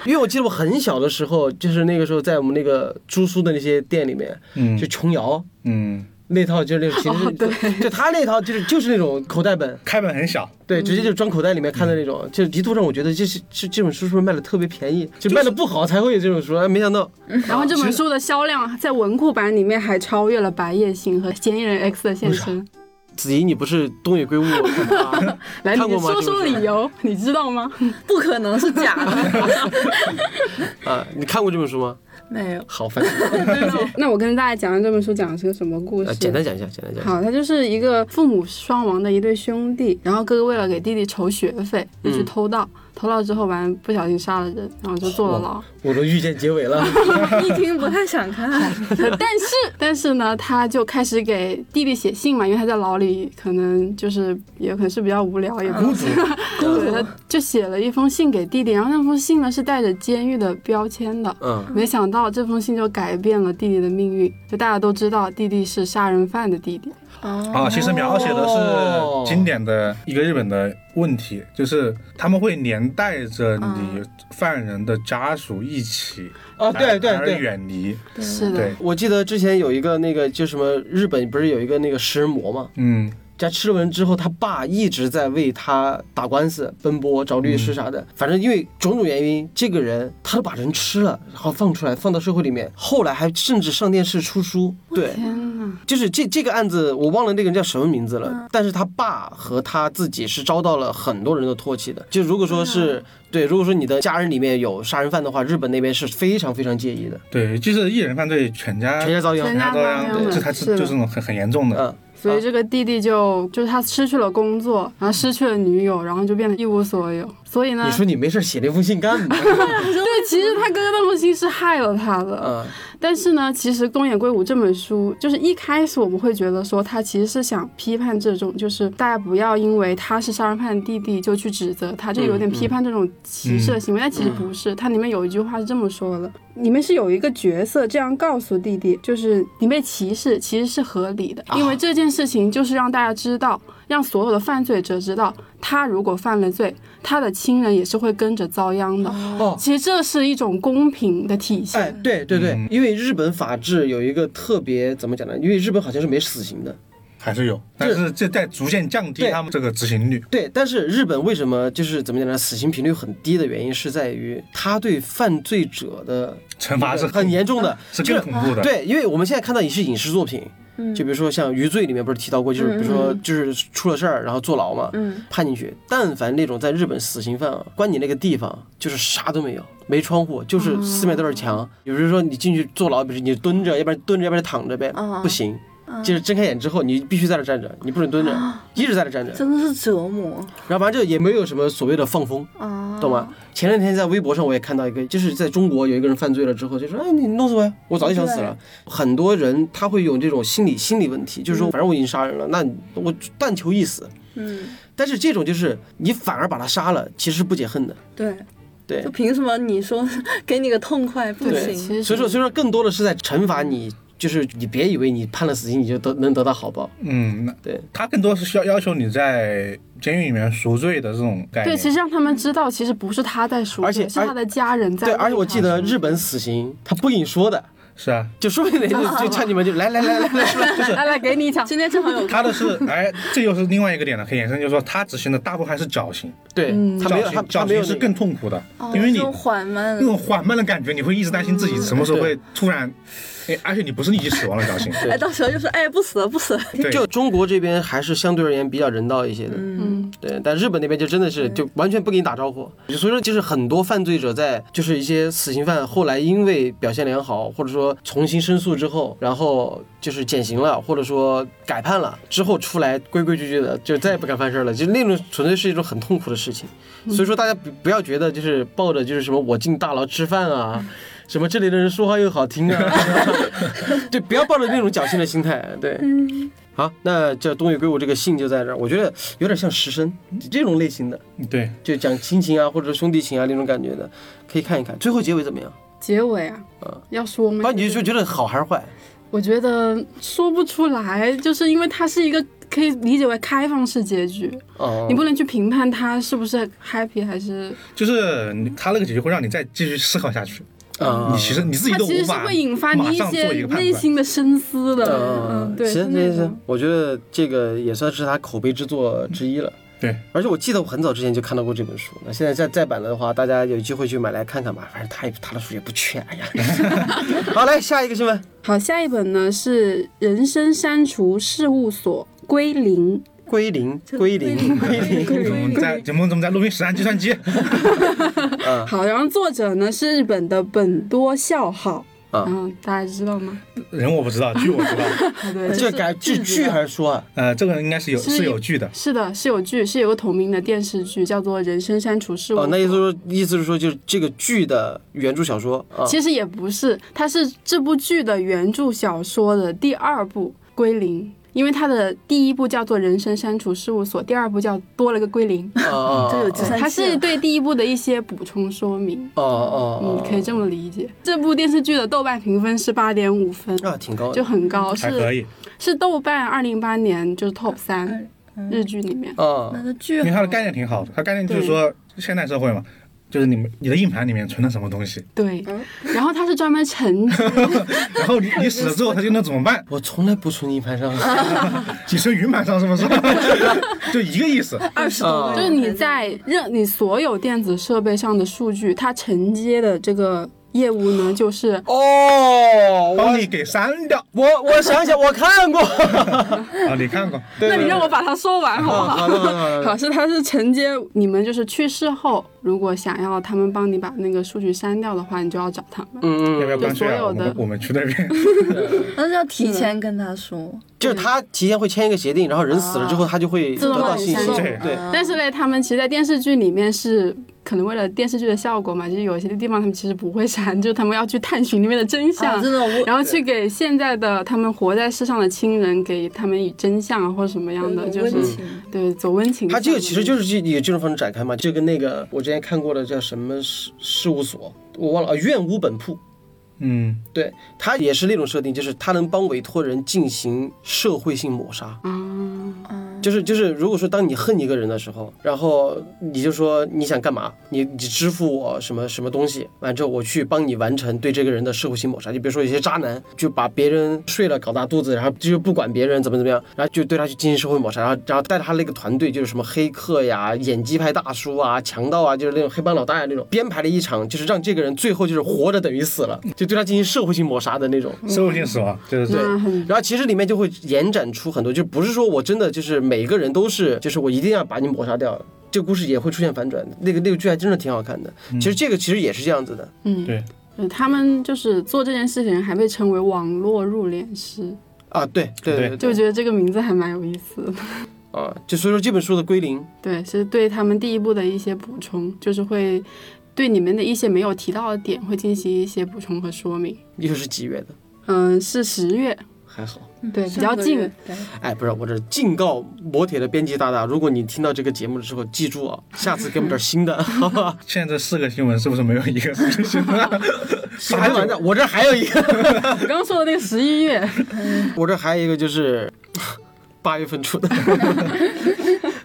B: 因为我记得我很小的时候，就是那个时候在我们那个租书的那些店里面，
C: 嗯
B: 就琼瑶
C: 嗯，
B: 那套就是那种，
E: 哦
B: 其实是就他那套就是就是那种口袋本，
C: 开本很小，
B: 对，直接就装口袋里面看的那种，就一度让我觉得这是这这本书是不是卖的特别便宜，嗯就卖的不好才会有这种书，哎没想到
E: 然后这本书的销量在文库版里面还超越了《白夜行》和《嫌疑人 X 的现身》。
B: 子怡你不是东野圭 (laughs) 吾吗啊
E: 来，
B: 看过
E: 你
B: 吗
E: 说
B: 这本
E: 说
B: 书
E: 理由， (laughs) 你知道吗？
D: 不可能是假的，
B: 啊？你看过这本书吗？
D: 没有。
B: 好 (laughs) 烦，
E: 那我跟大家讲讲这本书讲的是个什么故
B: 呃
E: 事。
B: 简单讲一下，简单讲一下。
E: 好，他就是一个父母双亡的一对兄弟，然后哥哥为了给弟弟筹学费，就去
B: 嗯
E: 偷盗，偷盗之后完不小心杀了人，然后就坐了牢。
B: 我都遇见结尾 (laughs) 了。
D: 一听不太想看，
E: (laughs) 但是但是呢，他就开始给弟弟写信嘛，因为他在牢里可能就是也可能是比较无聊，也不
B: 主，
E: 对，他就写了一封信给弟弟，然后那封信呢是带着监狱的标签的。
B: 嗯，
E: 没想到这封信就改变了弟弟的命运，就大家都知道弟弟是杀人犯的弟弟。
C: 啊，其实描写的是经典的一个日本的问题，就是他们会连带着你犯人的家属一起
B: 哦，对对
C: 而
B: 对，
C: 远离，
E: 是的，
C: 对，
B: 我记得之前有一个那个就什么日本不是有一个那个食人魔嘛，
C: 嗯，
B: 加吃了人之后，他爸一直在为他打官司、奔波、找律师啥的。反正因为种种原因，这个人他都把人吃了，然后放出来，放到社会里面。后来还甚至上电视出书。对，
E: 天哪！嗯
B: 就是这这个案子，我忘了那个人叫什么名字了。但是他爸和他自己是遭到了很多人的唾弃的。就如果说是对，如果说你的家人里面有杀人犯的话，日本那边是非常非常介意的，
C: 对，就是一人犯罪，全家
B: 全家遭殃
E: 全。家
C: 都要
E: 都要
C: 这才
E: 是
C: 是
E: 的
C: 就是那种很很严重的。
B: 嗯，
E: 所以这个弟弟就就是他失去了工作，然后失去了女友，然后就变得一无所有。所以呢
B: 你，说你没事儿写那封信干嘛？
E: 对，其实他哥哥那封信是害了他
B: (laughs)
E: 的，
B: 嗯，
E: 但是呢，其实《东野圭吾》这本书，就是一开始我们会觉得说，他其实是想批判这种，就是大家不要因为他是杀人犯的弟弟就去指责他，就有点批判这种歧视的行为。但其实不是，它里面有一句话是这么说的：里面是有一个角色这样告诉弟弟，就是你被歧视其实是合理的，因为这件事情就是让大家知道，让所有的犯罪者知道，他如果犯了罪，他的亲人也是会跟着遭殃的。
B: 哦，
E: 其实这是一种公平的体现。
B: 哎，对对对
C: 嗯，
B: 因为日本法制有一个特别怎么讲呢？因为日本好像是没死刑的，
C: 还是有，但是这在逐渐降低
B: 对
C: 他们这个执行率。
B: 对。但是日本为什么就是怎么讲呢？死刑频率很低的原因是在于他对犯罪者的
C: 惩罚是
B: 很严重的，
C: 是
B: 就
C: 更恐怖的。，
B: 对，因为我们现在看到也是影视作品，就比如说像《余罪》里面不是提到过，就是比如说就是出了事儿然后坐牢嘛，判进去。但凡那种在日本死刑犯啊，关你那个地方就是啥都没有，没窗户，就是四面都是墙。比如说你进去坐牢，比如你蹲着，要不然蹲着，要不然躺着呗，不行。就是睁开眼之后，你必须在那站着，你不准蹲着，一直在那站着。
D: 真的是折磨
B: 然后反正就也没有什么所谓的放风，
D: 啊！
B: 懂吗？前两天在微博上我也看到一个，就是在中国有一个人犯罪了之后，就说：“哎，你弄死我呀！我早就想死了。”很多人他会有这种心理心理问题，就是说，反正我已经杀人了，那我但求一死。
D: 嗯，
B: 但是这种就是你反而把他杀了，其实不解恨的。
D: 对，
B: 对
D: 就凭什么你说给你个痛快不行？
E: 对，其实
B: 所以说，所以说更多的是在惩罚你，就是你别以为你判了死刑你就得能得到好报。
C: 嗯，那
B: 对
C: 他更多是需要要求你在监狱里面赎罪的这种概念。
E: 对，其实让他们知道，其实不是他在说，
B: 而且
E: 是他的家人在
B: 对，
E: 为他说。
B: 而且我记
E: (laughs)
B: 得日本死刑他不跟你说的，
C: 是啊，
B: 就说不定哪天就就叫你们就来来来来来说。
E: 来来给你一场，
D: 今天正好有
C: 他的是，哎，这又是另外一个点了，可以延伸，就是说他执行的大部分还是绞刑，
B: 对他没
C: 绞
B: 有他
C: 刑，
B: 他
C: 绞
B: 没有
C: 刑
B: 那
C: 是
B: 个
C: 更痛苦的， (laughs)
E: 哦
C: 因为
D: 哦这
C: 你
D: 种缓慢
C: 那，种缓慢的感觉，你会一直担心自己什么时候
B: 嗯对
C: 会突然，哎，而且你不是立即死亡了，绞刑，
D: 哎，到时候就说哎不死了不死了，
C: 对，
B: 就中国这边还是相对而言比较人道一些的，
E: 嗯，
B: 对，但日本那边就真的是就完全不给你打招呼，所以说就是很多犯罪者在就是一些死刑犯后来因为表现良好或者说重新申诉之后，然后就是减刑了或者说改判了之后出来规规矩矩的就再也不敢犯事儿了，就那种纯粹是一种很痛苦的事情，所以说大家不不要觉得就是抱着就是什么我进大牢吃饭啊。什么这里的人说话又好听啊， (laughs) 对，不要抱着那种侥幸的心态，对。好，那这东野圭吾这个信就在这儿，我觉得有点像《食神》这种类型的，
C: 对，
B: 就讲亲情啊或者兄弟情啊那种感觉的，可以看一看。最后结尾怎么样？
E: 结尾啊，要说吗？
B: 反哦正你就就觉得好还是坏？
E: 我觉得说不出来，就是因为它是一个可以理解为开放式结局，
B: 哦、
E: 你不能去评判它是不是 happy 还是
C: 就是你他那个结局会让你再继续思考下去，
B: 啊，
C: 你其实你自己
E: 它
C: 都
E: 其
C: 无
E: 实是
C: 法
E: 会引发你
C: 马上
E: 些
C: 做一个判
E: 内
C: 断。
E: 心的深思的。
B: 嗯
E: 嗯，对，是
B: 行
E: 那
B: 行
E: 种
B: 行，我觉得这个也算是他口碑之作之一了。
C: 对，
B: 而且我记得我很早之前就看到过这本书，那现在再再版的话，大家有机会去买来看看吧，反正他也他的书也不缺。哎呀，好，来下一个新闻。
E: 好，下一本呢是《人生删除事务所归零》。
B: 归零，归零，归零。
C: 我们在节目中在录音室按计算机，
E: 好，然后作者呢是日本的本多孝好。
B: 啊
E: 嗯，大家知道吗？
C: 人我不知道，剧我知道，
E: 啊对，
B: 这
E: 是
B: 改剧剧还是说啊？
C: 呃，这个应该是有
E: 是
C: 是有剧的，
E: 是的，是有剧，是有个同名的电视剧，叫做《人生删除事务》。
B: 哦，那意思说，意思是说，就是这个剧的原著小说啊，
E: 其实也不是，它是这部剧的原著小说的第二部《归零》，因为它的第一部叫做《人生删除事务所》，第二部叫多了个归零。
B: 啊啊，
D: 就有计算
E: 它
D: 器
E: 是
D: 了
E: 对第一部的一些补充说明，
B: 哦哦，
E: 嗯，可以这么理解。这部电视剧的豆瓣评分是八点五分，
B: 啊，挺高的
E: 就很高，
C: 还可
E: 是
C: 以，
E: 是豆瓣二零一八年就是 top 三
D: 嗯
E: 日剧里面。
B: 啊
D: 那个剧
C: 因为它的
D: 好
C: 概念挺好的，它概念就是说现代社会嘛，就是你们你的硬盘里面存了什么东西，
E: 对，然后它是专门承接
C: 然后你你死了之后它就能怎
B: (laughs)
C: 么办？
B: 我从来不存硬盘
E: (laughs)
B: 上，
C: 你存云盘上是不是？就一个意
E: (laughs)
C: 思，
D: (laughs) 二十多
B: 啊
D: 位，
E: 就是你在任你所有电子设备上的数据，它承接的这个业务
D: (laughs)
E: 呢，就是
B: 哦，
C: 帮你给删掉
B: 我我想想，我看
E: (laughs)
B: 过，
C: 啊，你看过？
E: 那你让我把它说完好不
B: 好
D: (laughs)
E: 好？
B: 的好的好的
E: (laughs) 好，是它是承接你们就是去世后，如果想要他们帮你把那个数据删掉的话，你就要找他们。
B: 嗯
C: 要不
B: 嗯，
C: 要干脆
E: 就
C: 啊？
E: 所
C: 我
E: 有的
C: 们我们去那边， (laughs)
D: 但是要提前跟他说，
B: 就是他提前会签一个协定，然后人死了之后，他就会
E: 啊自
B: 得
E: 动
B: 到
E: 帮你
B: 信息，
E: 删啊
C: 除
B: 对，
E: 但是嘞，他们其实，在电视剧里面是可能为了电视剧的效果嘛，就是有些地方他们其实不会删，就是他们要去探寻里面的真相，
D: 啊真的
E: (laughs)
D: 我
E: 然后去给现在的他们活在世上的亲人，给他们以真相啊或者什么样的，就
D: 有一种温
E: 是
D: 情
E: 对走温情上的。
B: 它这个其实就是以这种方式展开嘛，就跟那个我之前看过的叫什么事事务所，我忘了啊，院屋本铺，
C: 嗯，
B: 对，它也是那种设定，就是它能帮委托人进行社会性抹杀。
E: 啊，
B: 就是就是，如果说当你恨一个人的时候，然后你就说你想干嘛，你你支付我什么什么东西，完之后我去帮你完成对这个人的社会性抹杀。就比如说有些渣男就把别人睡了搞大肚子，然后就不管别人怎么怎么样，然后就对他去进行社会抹杀，然后然后带着他那个团队就是什么黑客呀、演技派大叔啊、强盗啊，就是那种黑帮老大呀那种，编排了一场就是让这个人最后就是活着等于死了，就对他进行社会性抹杀的那种。
E: 嗯
C: 社会性死亡就是
B: 对
C: 这，
E: 那很
B: 然后其实里面就会延展出很多，就不是说我真的就是每一个人都是，就是我一定要把你抹杀掉。这个故事也会出现反转，那个那个剧还真的挺好看的。其实这个其实也是这样子的，
E: 嗯，
C: 对
E: 对，他们就是做这件事情还被称为网络入殓师，
B: 啊，对对对
C: 对
E: 就
B: 对，
E: 觉得这个名字还蛮有意思的。
B: 啊，就所以说这本书的归零，
E: 对，是对他们第一部的一些补充，就是会对你们的一些没有提到的点会进行一些补充和说明。
B: 又是几月的，
E: 嗯，是十月，
B: 还好。
E: 对，比较
D: 嗯上个
E: 近
D: 月。对
B: 哎，不是，我这警告磨铁的编辑大大，如果你听到这个节目之后，记住啊，下次给我们点新的， (laughs) 好吧？
C: 现在这四个新闻是不是没有一个
B: (laughs)
C: 是新闻？
B: 你还完的，我这还有一个，
E: 我刚刚说的那个十一月，
B: (laughs) 我这还有一个就是八月份出的，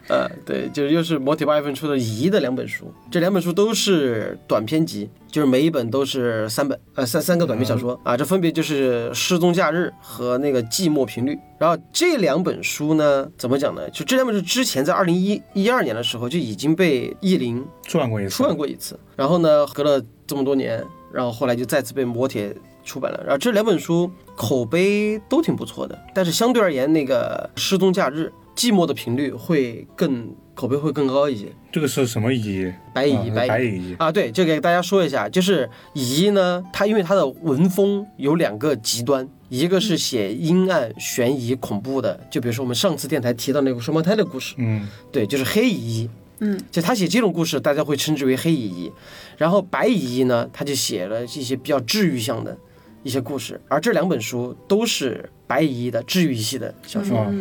B: 呃，对，就是又是魔体八月份出的《疑》的两本书，这两本书都是短篇集，就是每一本都是三本，呃，三三个短篇小说啊，这分别就是《失踪假日》和那个《寂寞频率》。然后这两本书呢，怎么讲呢？就这两本书之前在二零一一二年的时候就已经被译林
C: 转过一次，
B: 出版过一次，然后呢，隔了这么多年，然后后来就再次被磨铁出版了。然后这两本书口碑都挺不错的，但是相对而言，那个《失踪假日》《寂寞的频率》会更口碑会更高一些。
C: 这个是什么乙？
B: 白蚁
C: 啊
B: 白蚁
C: 白蚁，
B: 啊，对，这给大家说一下，就是乙呢，他因为他的文风有两个极端，一个是写阴暗、悬疑、恐怖的，就比如说我们上次电台提到那个双胞胎的故事，
C: 嗯，
B: 对，就是黑蚁。
D: 嗯，
B: 就他写这种故事，大家会称之为黑蚁。然后白蚁呢，他就写了一些比较治愈向的一些故事，而这两本书都是白蚁的治愈系的小说。
C: 哦，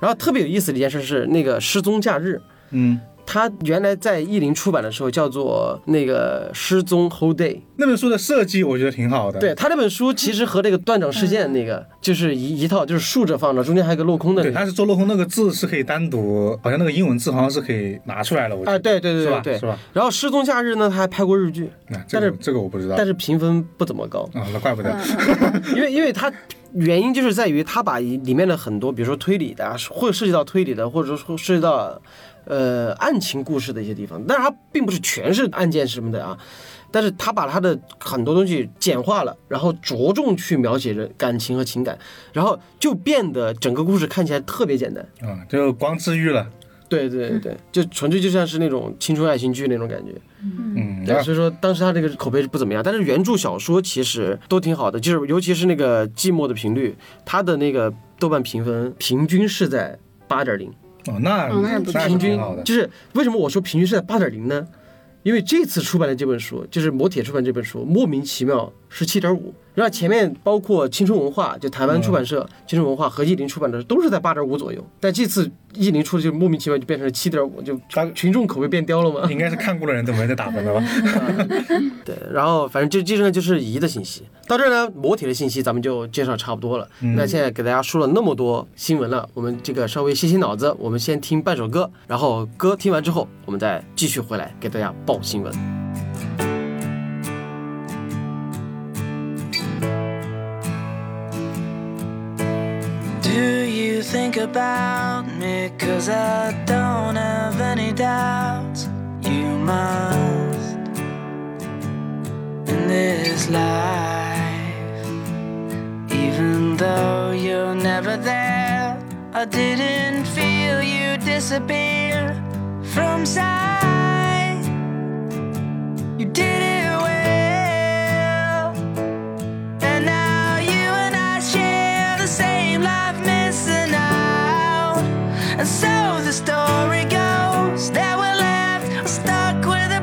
B: 然后特别有意思的一件事是，那个《失踪假日》，
C: 嗯，
B: 它原来在译林出版的时候叫做那个《失踪 Whole Day》，
C: 那本书的设计我觉得挺好的，
B: 对，他这本书其实和这个断掌事件那个就是一一套，就是竖着放着，中间还有个镂空的那
C: 对，
B: 个。
C: 它是周镂空那个字是可以单独，好像那个英文字好像是可以拿出来了，我觉
B: 啊，
C: 得
B: 对对
C: 是
B: 对
C: 吧
B: 对
C: 是
B: 对。
C: 吧？
B: 然后《失踪假日》呢，他还拍过日剧，
C: 那这个
B: 但
C: 这个我不知道，
B: 但是嗯评分不怎么高。
C: 啊，那怪不得，
B: 因为因为它原因就是在于它把里面的很多，比如说推理的啊，会涉及到推理的，或者说涉及到呃案情故事的一些地方，但是它并不是全是案件什么的啊。但是他把他的很多东西简化了，然后着重去描写人感情和情感，然后就变得整个故事看起来特别简单。嗯
C: 啊，就光治愈了，
B: 对对对对，就纯粹就像是那种青春爱情剧那种感觉。
C: 嗯，
B: 对，所以说当时他这个口碑是不怎么样，但是原著小说其实都挺好的，就是尤其是那个《寂寞的频率》，它的那个豆瓣评分平均是在八点零，
C: 哦，那
E: 嗯那也不
C: 那
E: 错
C: 是
B: 平
C: 挺
B: 均
C: 好的，
B: 就是为什么我说平均是在八点零呢？因为这次出版的这本书，就是磨铁出版这本书，莫名其妙是七点五，然后前面包括青春文化，就台湾出版社、
C: 嗯
B: 青春文化和译林出版的都是在八点五左右，但这次译林出的就莫名其妙就变成了七点五，就
C: 他
B: 群众口碑变刁了嘛。
C: 应该是看过的人都没在打分了吧？
B: 对，然后反正这这呢就是乙的信息，到这儿呢磨铁的信息咱们就介绍差不多了。那现在给大家说了那么多新闻了，我们这个稍微歇歇脑子，我们先听半首歌，然后歌听完之后，我们再继续回来给大家报新闻。
A: Do you think about me? Cause I don't have any doubts. You must in this life. Even though you're never there, I didn't feel you disappear from sight. You did it well. And now you and I share the same life, missing out. And so the story goes that we're left stuck with a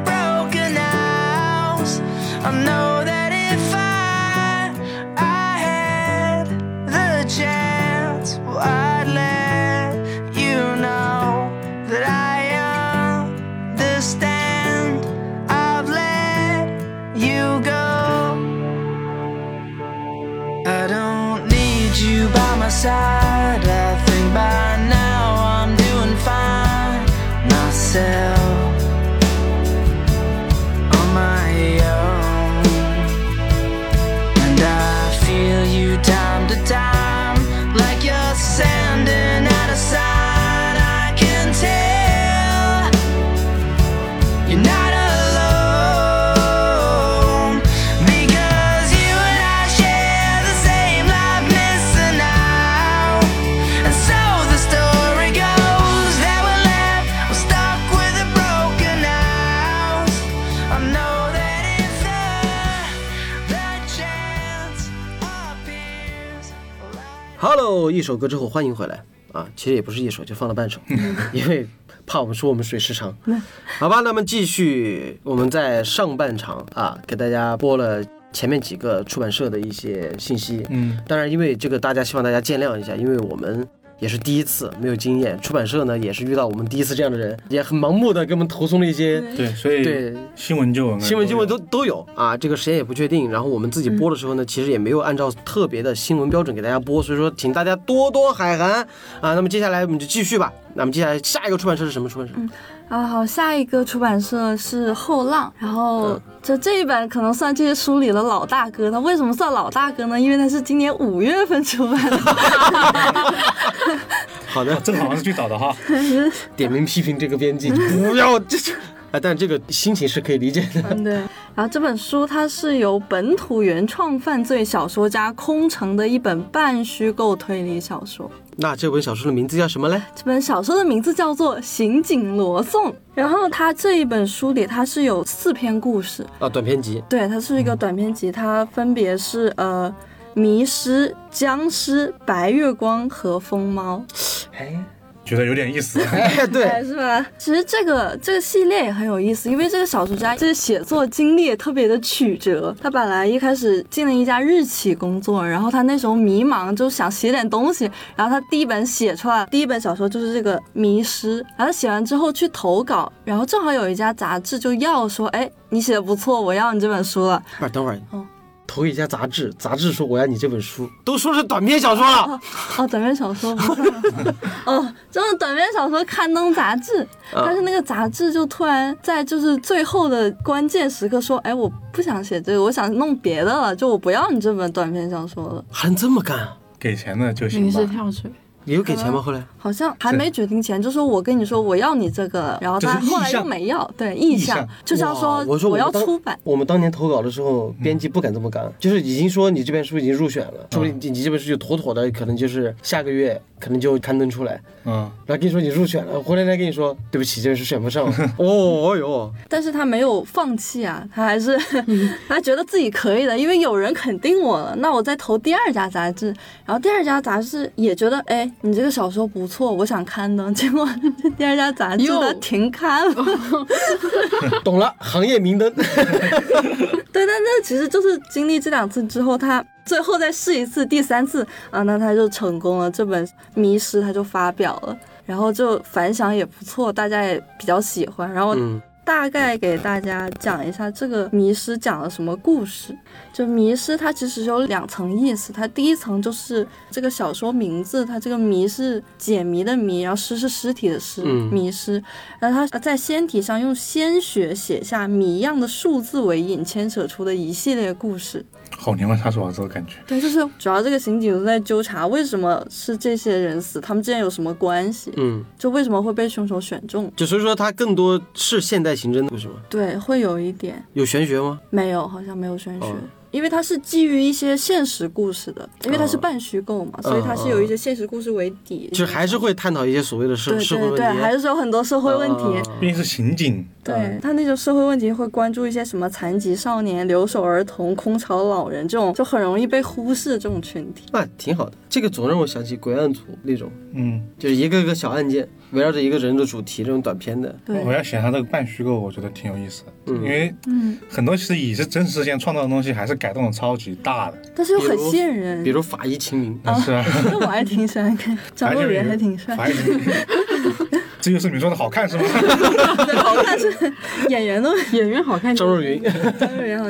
A: you by my side. I think by now I'm doing fine myself on my own. And I feel you time to time, like you're sending out of sight. I can tell. You're not alone because you and I share the same life, missing out. And so the story goes that we're left, we're stuck with a broken house. I know that if the the chance appears, well, I-
B: Hello，一首歌之后欢迎回来啊，其实也不是一首，就放了半首， (laughs) 因为怕我们说我们水时长。好吧，嗯那么继续，我们在上半场啊，给大家播了前面几个出版社的一些信息。
C: 嗯，
B: 当然，因为这个大家希望大家见谅一下，因为我们。也是第一次没有经验，出版社呢也是遇到我们第一次这样的人，也很盲目的给我们投送了一些
C: 对，所以
B: 对
C: 新闻就闻了
B: 新闻新闻
C: 有
B: 嗯都都有啊，这个时间也不确定。然后我们自己播的时候呢，其实也没有按照特别的新闻标准给大家播，所以说请大家多多海涵啊。那么接下来我们就继续吧。那么接下来下一个出版社是什么出版社？
D: 啊，好，下一个出版社是后浪，然后
B: 嗯
D: 就这一版可能算这些书里的老大哥。他为什么算老大哥呢？因为他是今年五月份出版的。
B: 好的，
C: 这个好像是最早的哈，
B: (laughs) 点名批评这个编辑，不要这是。啊，但这个心情是可以理解的。
E: 嗯，对，
D: 然后这本书它是由本土原创犯罪小说家空城的一本半虚构推理小说。
B: (laughs) 那这本小说的名字叫什么嘞？
D: 这本小说的名字叫做《刑警罗宋》，然后它这一本书里它是有四篇故事，
B: 啊，短篇集。
D: 对，它是一个短篇集，它分别是呃迷失、僵尸、白月光和疯猫，
B: 哎，
C: 觉得有点意思。
B: (laughs) 哎，
D: 哎
B: 对，
D: 是吧？其实这个这个系列也很有意思，因为这个小说家这个写作经历也特别的曲折。他本来一开始进了一家日企工作，然后他那时候迷茫，就想写点东西，然后他第一本写出来，第一本小说就是这个《迷失》，然后他写完之后去投稿，然后正好有一家杂志就要说，哎，你写的不错，我要你这本书了。
B: 不是，等会儿
D: 哦，
B: 投一家杂志，杂志说我要你这本书，都说是短篇小说了。
D: 哦，短篇小说不是，哦，就是短篇小说刊登杂志，
B: 啊
D: 但是那个杂志就突然在就是最后的关键时刻说，哎，我不想写这个，我想弄别的了，就我不要你这本短篇小说了，
B: 还能这么干啊？
C: 给钱的就行
E: 临时
C: 吧，
E: 跳水，
B: 也有给钱吗？后来？
D: 好像还没决定前就说我跟你说我要你这个了，然后
C: 这
D: 他
C: 是意
D: 后来又
C: 向
D: 没要，对意
C: 向
D: 向就是要
B: 哇
D: 说
B: 我说我
D: 要
B: 当
D: 出版，
B: 我们当年投稿的时候，编辑不敢这么干，就是已经说你这本书已经入选了，说不定你你这本书就妥妥的，可能就是下个月可能就刊登出来。
C: 嗯，
B: 然后跟你说你入选了，回来再跟你说对不起，这本书选不上。 (laughs) 哦，哦哟，
D: 但是他没有放弃啊，他还是 (laughs) 他觉得自己可以的，因为有人肯定我了，那我再投第二家杂志，然后第二家杂志也觉得，哎，你这个小说不错，我想刊登，结果 (laughs) 这第二家杂志
E: 哟
D: 它停刊了。
B: 懂了，行业明灯。
D: (laughs) 对，但那其实就是经历这两次之后，他最后再试一次，第三次啊，那他就成功了，这本《迷失》他就发表了。然后就反响也不错，大家也比较喜欢。然后
B: 嗯，
D: 大概给大家讲一下这个迷失讲了什么故事。就迷失，它其实有两层意思。它第一层就是这个小说名字，它这个迷是解谜的谜，然后尸是尸体的尸，
B: 嗯
D: 迷失。然后它在先体上用鲜血写下谜样的数字为引，牵扯出的一系列故事。
C: 好年味杀手啊，这个感觉。
D: 对，就是主要这个刑警都在纠查为什么是这些人死，他们之间有什么关系？
B: 嗯，
D: 就为什么会被凶手选中？
B: (laughs) 就所以说它更多是现代刑侦的故事吗？
D: 对，会有一点。
B: 有玄学吗？
D: 没有，好像没有玄学，
B: 哦
D: 因为它是基于一些现实故事的，因为它是
B: 哦
D: 半虚构嘛，所以它是有一些现实故事为底。
B: 就还是会探讨一些所谓的社
D: 对
B: 社
D: 对
B: 会问
D: 对
B: 题，啊哦
D: 对，还是有很多社会问题。
C: 毕竟是刑警，
D: 对他那种社会问题会关注一些什么残疾少年、留守儿童、空巢老人这种，就很容易被忽视这种群体。
B: 那、挺好的。这个总让我想起鬼案组那种，
C: 嗯，
B: 就是一个个小案件围绕着一个人的主题，这种短片的。
D: 对
C: 我要写他这个半虚构，我觉得挺有意思的，
B: 嗯
C: 因为
D: 嗯，
C: 很多其实也是真实事件创造的东西，还是改动的超级大的，
D: 但是又
B: 比
D: 很
B: 如
D: 吸引人 (laughs)
B: 比。如法
D: 哦
B: 医秦明， (laughs)
C: 是啊，
D: 那我还挺喜欢看，张若昀还挺帅。
C: 反正就是 (laughs) 这就是你们说的好看是
D: (laughs)
C: 吗？
B: (laughs)
D: 好看是演员都
E: (laughs) 演员好看就
B: 张若昀。
D: 演员好 (laughs)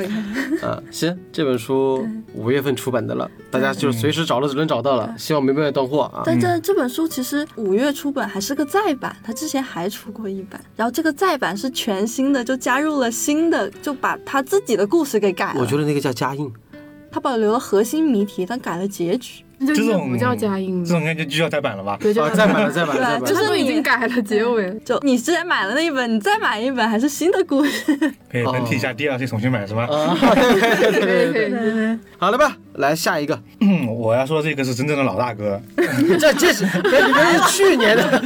B: (laughs)
D: 看，
B: 啊，行，这本书五月份出版的了，大家就是随时找了只能找到了，希望没被断货啊。
D: 但这这本书其实五月出本还是个再版，它之前还出过一版，然后这个再版是全新的，就加入了新的，就把他自己的故事给改了。
B: 我觉得那个叫加印，
D: 他保留了核心谜题，但改了结局。
E: 这
C: 这
E: 就
C: 种
E: 不叫加印
C: 这
E: 了，
C: 种感觉就要再版了吧？
E: 对，就
B: 嗯啊，再买了，再
E: (laughs)
B: 买了，再
D: 对
B: 买
D: 就
B: 了。
E: 他
D: 是
E: 都已
D: 你
E: 经改了结尾了。
D: 就你之前买了那一本，你再买一本还是新的故事。
C: 可以本体一下 DLC 重新买是吧？
B: 啊，对对对对对，
E: 对对
B: 好了吧，来下一个， (laughs)
C: 嗯我要说这个是真正的老大哥，
B: 这这是这里面是去年 (laughs) 的，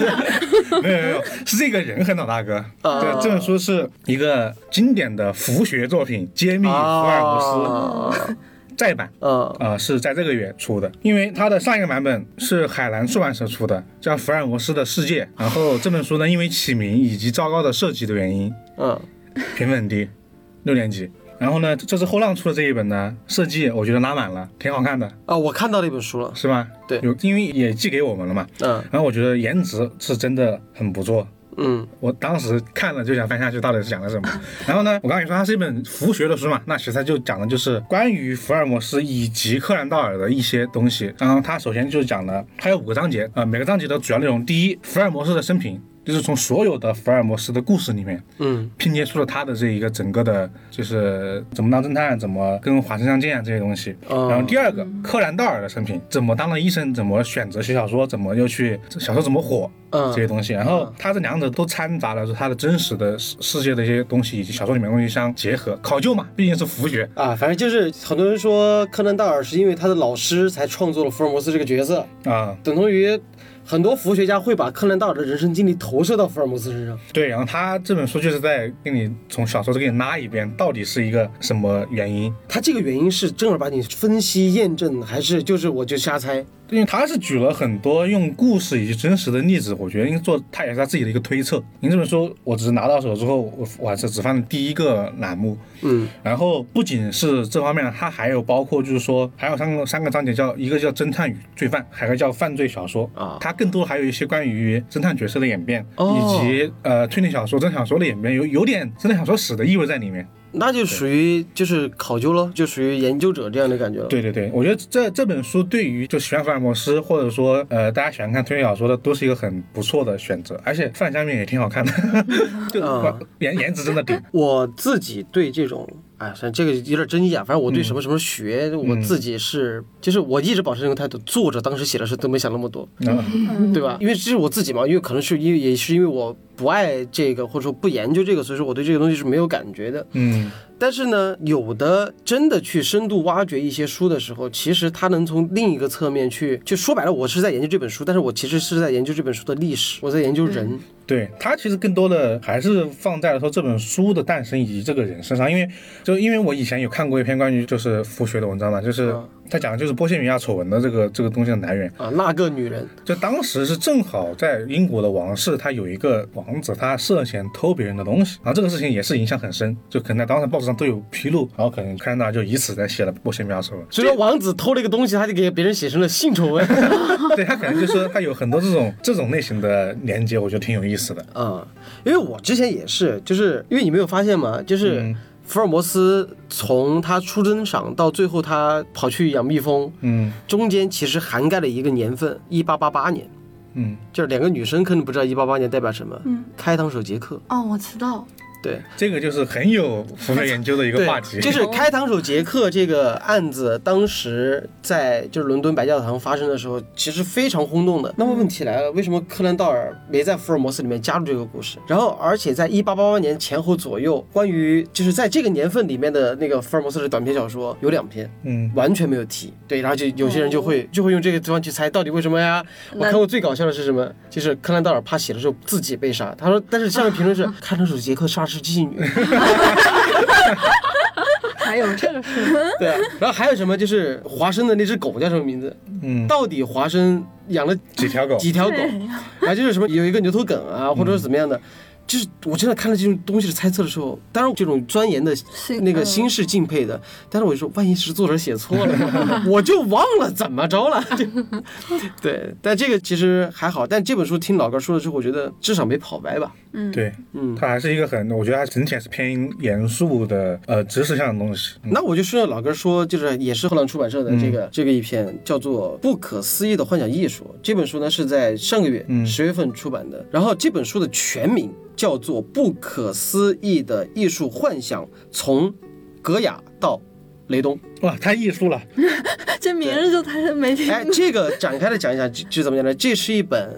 C: 没有没有，是这个人很老大哥。
B: 啊
C: 对，这本书是一个经典的福学作品，揭秘福尔摩
B: 啊，
C: 斯再版。
B: 嗯
C: 啊、是在这个月出的，因为它的上一个版本是海南出版社出的，叫《福尔摩斯的世界》。然后这本书呢，因为起名以及糟糕的设计的原因，
B: 嗯，
C: 评分很低，六点几。然后呢，这次后浪出的这一本呢，设计我觉得拉满了，挺好看的，
B: 啊，我看到那本书了，
C: 是吧？
B: 对
C: 有因为也寄给我们了嘛。
B: 嗯
C: 然后我觉得颜值是真的很不错，
B: 嗯
C: 我当时看了就想翻下去，到底是讲的什么。 (laughs) 然后呢，我刚才也说它是一本福学的书嘛，那其实它就讲的就是关于福尔摩斯以及柯南道尔的一些东西。然后它首先就讲了，它有五个章节，呃，每个章节的主要内容，第一，福尔摩斯的生平，就是从所有的福尔摩斯的故事里面
B: 嗯
C: 拼接出了他的这一个整个的，就是怎么当侦探，怎么跟华生相见啊这些东西。
B: 哦
C: 然后第二个，柯南道尔的生平，怎么当了医生，怎么选择写小说，怎么又去小说怎么火
B: 嗯
C: 这些东西。然后他这两者都掺杂了他的真实的世世界的一些东西，以及小说里面的东西相结合，考究嘛，毕竟是佛学。
B: 啊，反正就是很多人说柯南道尔是因为他的老师才创作了福尔摩斯这个角色，
C: 啊、
B: 等同于很多佛学家会把柯南道尔的人生经历投射到福尔摩斯身上。
C: 对，然后他这本书就是在给你从小说给你拉一遍，到底是一个什么原因？
B: 他这个原因是正儿八经分析验证，还是就是我就瞎猜？
C: 因为他是举了很多用故事以及真实的例子，我觉得应该做他也是他自己的一个推测。您这本书我只是拿到手之后，我我还是只翻了第一个栏目，
B: 嗯，
C: 然后不仅是这方面，它还有包括就是说还有三个三个章节叫一个叫侦探与罪犯，还有一个叫犯罪小说
B: 啊
C: 它更多还有一些关于侦探角色的演变，
B: 哦
C: 以及呃推理小说、侦探小说的演变，有有点侦探小说史的意味在里面。
B: 那就属于就是考究咯，就属于研究者这样的感觉了。
C: 对对对，我觉得这这本书对于就喜欢福尔摩斯，或者说呃大家喜欢看推理小说的，都是一个很不错的选择，而且范家面也挺好看的， (laughs) 就
B: 啊
C: 颜颜值真的顶。
B: 我自己对这种，哎，反正这个有点争议啊。反正我对什么什么学，我自己是，就是我一直保持这种态度。作者当时写的时候都没想那么多， (laughs)
C: 嗯
B: 对吧？因为这是我自己嘛，因为可能是因为也是因为我不爱这个，或者说不研究这个，所以说我对这个东西是没有感觉的。
C: 嗯，
B: 但是呢，有的真的去深度挖掘一些书的时候，其实它能从另一个侧面去，就说白了，我是在研究这本书，但是我其实是在研究这本书的历史，我在研究人。
C: 对，它其实更多的还是放在了说这本书的诞生以及这个人身上，因为就因为我以前有看过一篇关于就是佛学的文章嘛，就是
B: 嗯
C: 他讲的就是波西米亚丑闻的这个这个东西的来源。
B: 啊，那个女人，
C: 就当时是正好在英国的王室，他有一个王子，他涉嫌偷别人的东西，然后这个事情也是影响很深，就可能在当时报纸上都有披露，然后可能看到就以此在写了波西米亚丑闻。
B: 所以说王子偷了一个东西，他就给别人写成了性丑闻。哦
C: 对他可能就是他有很多这种这种类型的连接，我觉得挺有意思的。
B: 啊、因为我之前也是，就是因为你没有发现吗？就是
C: 嗯
B: 福尔摩斯从他出征赏到最后他跑去养蜜蜂，
C: 嗯
B: 中间其实涵盖了一个年份，一八八八年。
C: 嗯，
B: 就是两个女生可能不知道一八八年代表什么，嗯，开膛手杰克，
D: 哦，我知道，
B: 对，
C: 这个就是很有福学研究的一个话题。
B: (laughs) 对，就是开膛手杰克这个案子，当时在就是伦敦白教堂发生的时候，其实非常轰动的。那么问题来了，为什么柯南道尔没在福尔摩斯里面加入这个故事？然后，而且在一八八八年前后左右，关于就是在这个年份里面的那个福尔摩斯的短篇小说有两篇，
C: 嗯，
B: 完全没有提。对，然后就有些人就会、就会用这个地方去猜到底为什么呀？我看过最搞笑的是什么？就是柯南道尔怕写的时候自己被杀，他说，但是下面评论是开膛手杰克杀尸妓女。
E: 还有这个是，
B: (laughs) 对啊，然后还有什么？就是华生的那只狗叫什么名字？
C: 嗯
B: 到底华生养了
C: 几条
B: (laughs)
C: 狗嗯
B: 几条狗？然后就是什么有一个牛头梗啊，或者是怎么样的，就是我真的看了这种东西的猜测的时候，当然这种钻研的
D: 是
B: 那个
D: 嗯
B: 心是敬佩的，但是我就说，万一是作者写错了，我就忘了怎么着了。 (laughs) 对，但这个其实还好，但这本书听老哥说了之后，我觉得至少没跑歪吧。
C: 对，
B: 嗯
C: 它还是一个很，我觉得它整体还是偏严肃的，呃，知识向的东西。嗯
B: 那我就顺着老哥说，就是也是后浪出版社的这个、这个一篇叫做《不可思议的幻想艺术》这本书呢是在上个月
C: 嗯
B: 十、10月份出版的，然后这本书的全名叫做《不可思议的艺术幻想：从格雅到雷东》。
C: 哇，太艺术了，
D: 这名 (laughs) 字就太没听 (laughs)
B: 哎，这个展开来讲一下，这这怎么讲呢？这是一本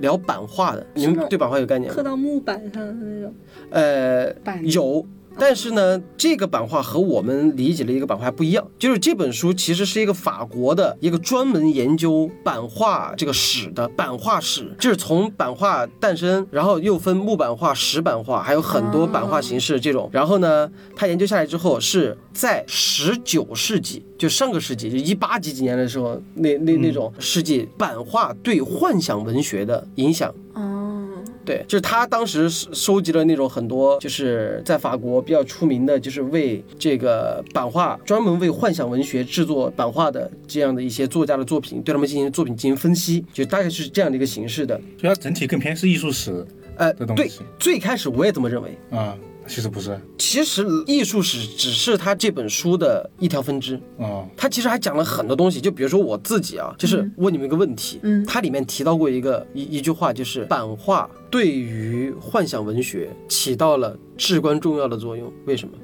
B: 聊版画的，你们对版画有概念
D: 刻
B: 吗？
D: 到木板上的那种。
B: 呃，
E: 版
B: 有。但是呢，这个版画和我们理解的一个版画不一样，就是这本书其实是一个法国的一个专门研究版画这个史的版画史，就是从版画诞生，然后又分木版画、石版画，还有很多版画形式这种。然后呢，他研究下来之后是在十九世纪，就上个世纪，就一八几几年的时候，那那那种世纪版画对幻想文学的影响
D: 哦，
B: 对，就是他当时收收集了那种很多，就是在法国比较出名的，就是为这个版画专门为幻想文学制作版画的这样的一些作家的作品，对他们进行作品进行分析，就大概是这样的一个形式的。
C: 所以它整体更偏是艺术史
B: 呃，
C: 这东
B: 对
C: 西，
B: 最开始我也这么认为。
C: 啊，其实不是啊
B: 其实艺术史只是他这本书的一条分支，，
C: 哦
B: 他其实还讲了很多东西，就比如说我自己啊，就是问你们一个问题，
D: 嗯
B: 它里面提到过一个一一句话，就是版画对于幻想文学起到了至关重要的作用，为什么？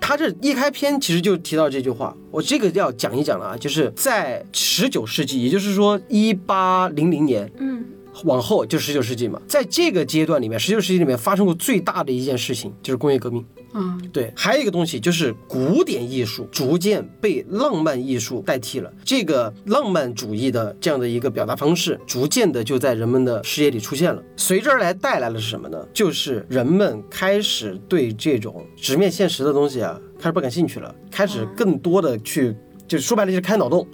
B: 他这一开篇其实就提到这句话，我这个要讲一讲了啊，就是在十九世纪，也就是说一八零零年
D: 嗯，
B: 往后就十九世纪嘛，在这个阶段里面，十九世纪里面发生过最大的一件事情就是工业革命。
E: 啊，
B: 对，还有一个东西就是古典艺术逐渐被浪漫艺术代替了。这个浪漫主义的这样的一个表达方式，逐渐的就在人们的视野里出现了。随之而来带来的是什么呢？就是人们开始对这种直面现实的东西啊，开始不感兴趣了，开始更多的去，就说白了就是开脑洞。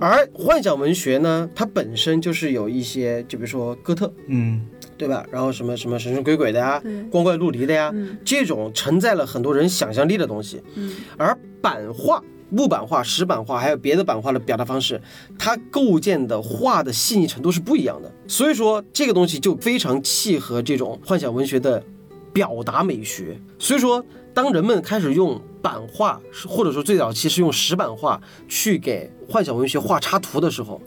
B: 而幻想文学呢，它本身就是有一些，就比如说哥特，
C: 嗯，
B: 对吧？然后什么什么神神鬼鬼的呀，光怪陆离的呀，这种承载了很多人想象力的东西。而版画、木版画、石版画还有别的版画的表达方式，它构建的画的细腻程度是不一样的。所以说，这个东西就非常契合这种幻想文学的表达美学。所以说，当人们开始用版画，或者说最早期是用石版画去给幻想文学画插图的时候，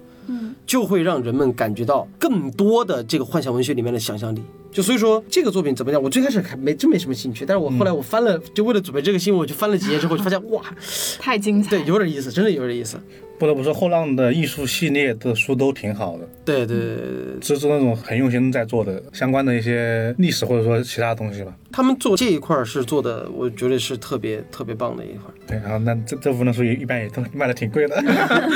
B: 就会让人们感觉到更多的这个幻想文学里面的想象力。就所以说这个作品怎么讲，我最开始还没真没什么兴趣，但是我后来我翻了，就为了准备这个新闻，我就翻了几页之后，就发 (laughs) 现哇，
E: 太精彩
B: 对，
E: 了，
B: 有点意思，真的有点意思。
C: 不得不说，后浪的艺术系列的书都挺好的，
B: 对对对对对，
C: 这是那种很用心在做的相关的一些历史或者说其他东西吧。
B: 他们做这一块儿是做的，我觉得是特别特别棒的一块儿。
C: 对，然后那这这部分的书也一般也都卖的挺贵的。 (laughs)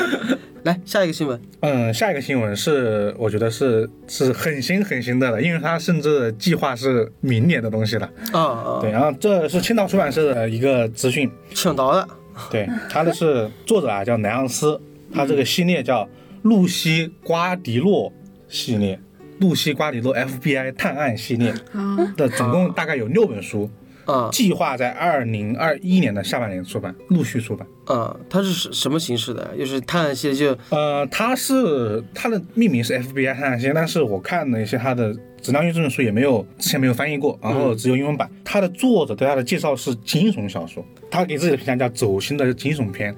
B: 来下一个新闻，
C: 嗯，下一个新闻是，我觉得是是很新很新的了，因为它甚至计划是明年的东西了。
B: 啊啊， (laughs)
C: 对，然后这是青岛出版社的一个资讯，
B: 青岛的，
C: 对，它的是作者啊叫南昂斯，他这个系列叫露西·瓜迪洛系列，露西·瓜迪洛 FBI 探案系列
E: 啊，
C: 的总共大概有六本书，
B: 啊
C: 计划在二零二一年的下半年出版，陆续出版。
B: 啊，它是什什么形式的？又是探案系列，就
C: 呃，它是它的命名是 FBI 探案线，但是我看了一些它的质量认证书也没有之前没有翻译过，然后只有英文版。它的作者对它的介绍是惊悚小说，他给自己的评价叫走心的惊悚片。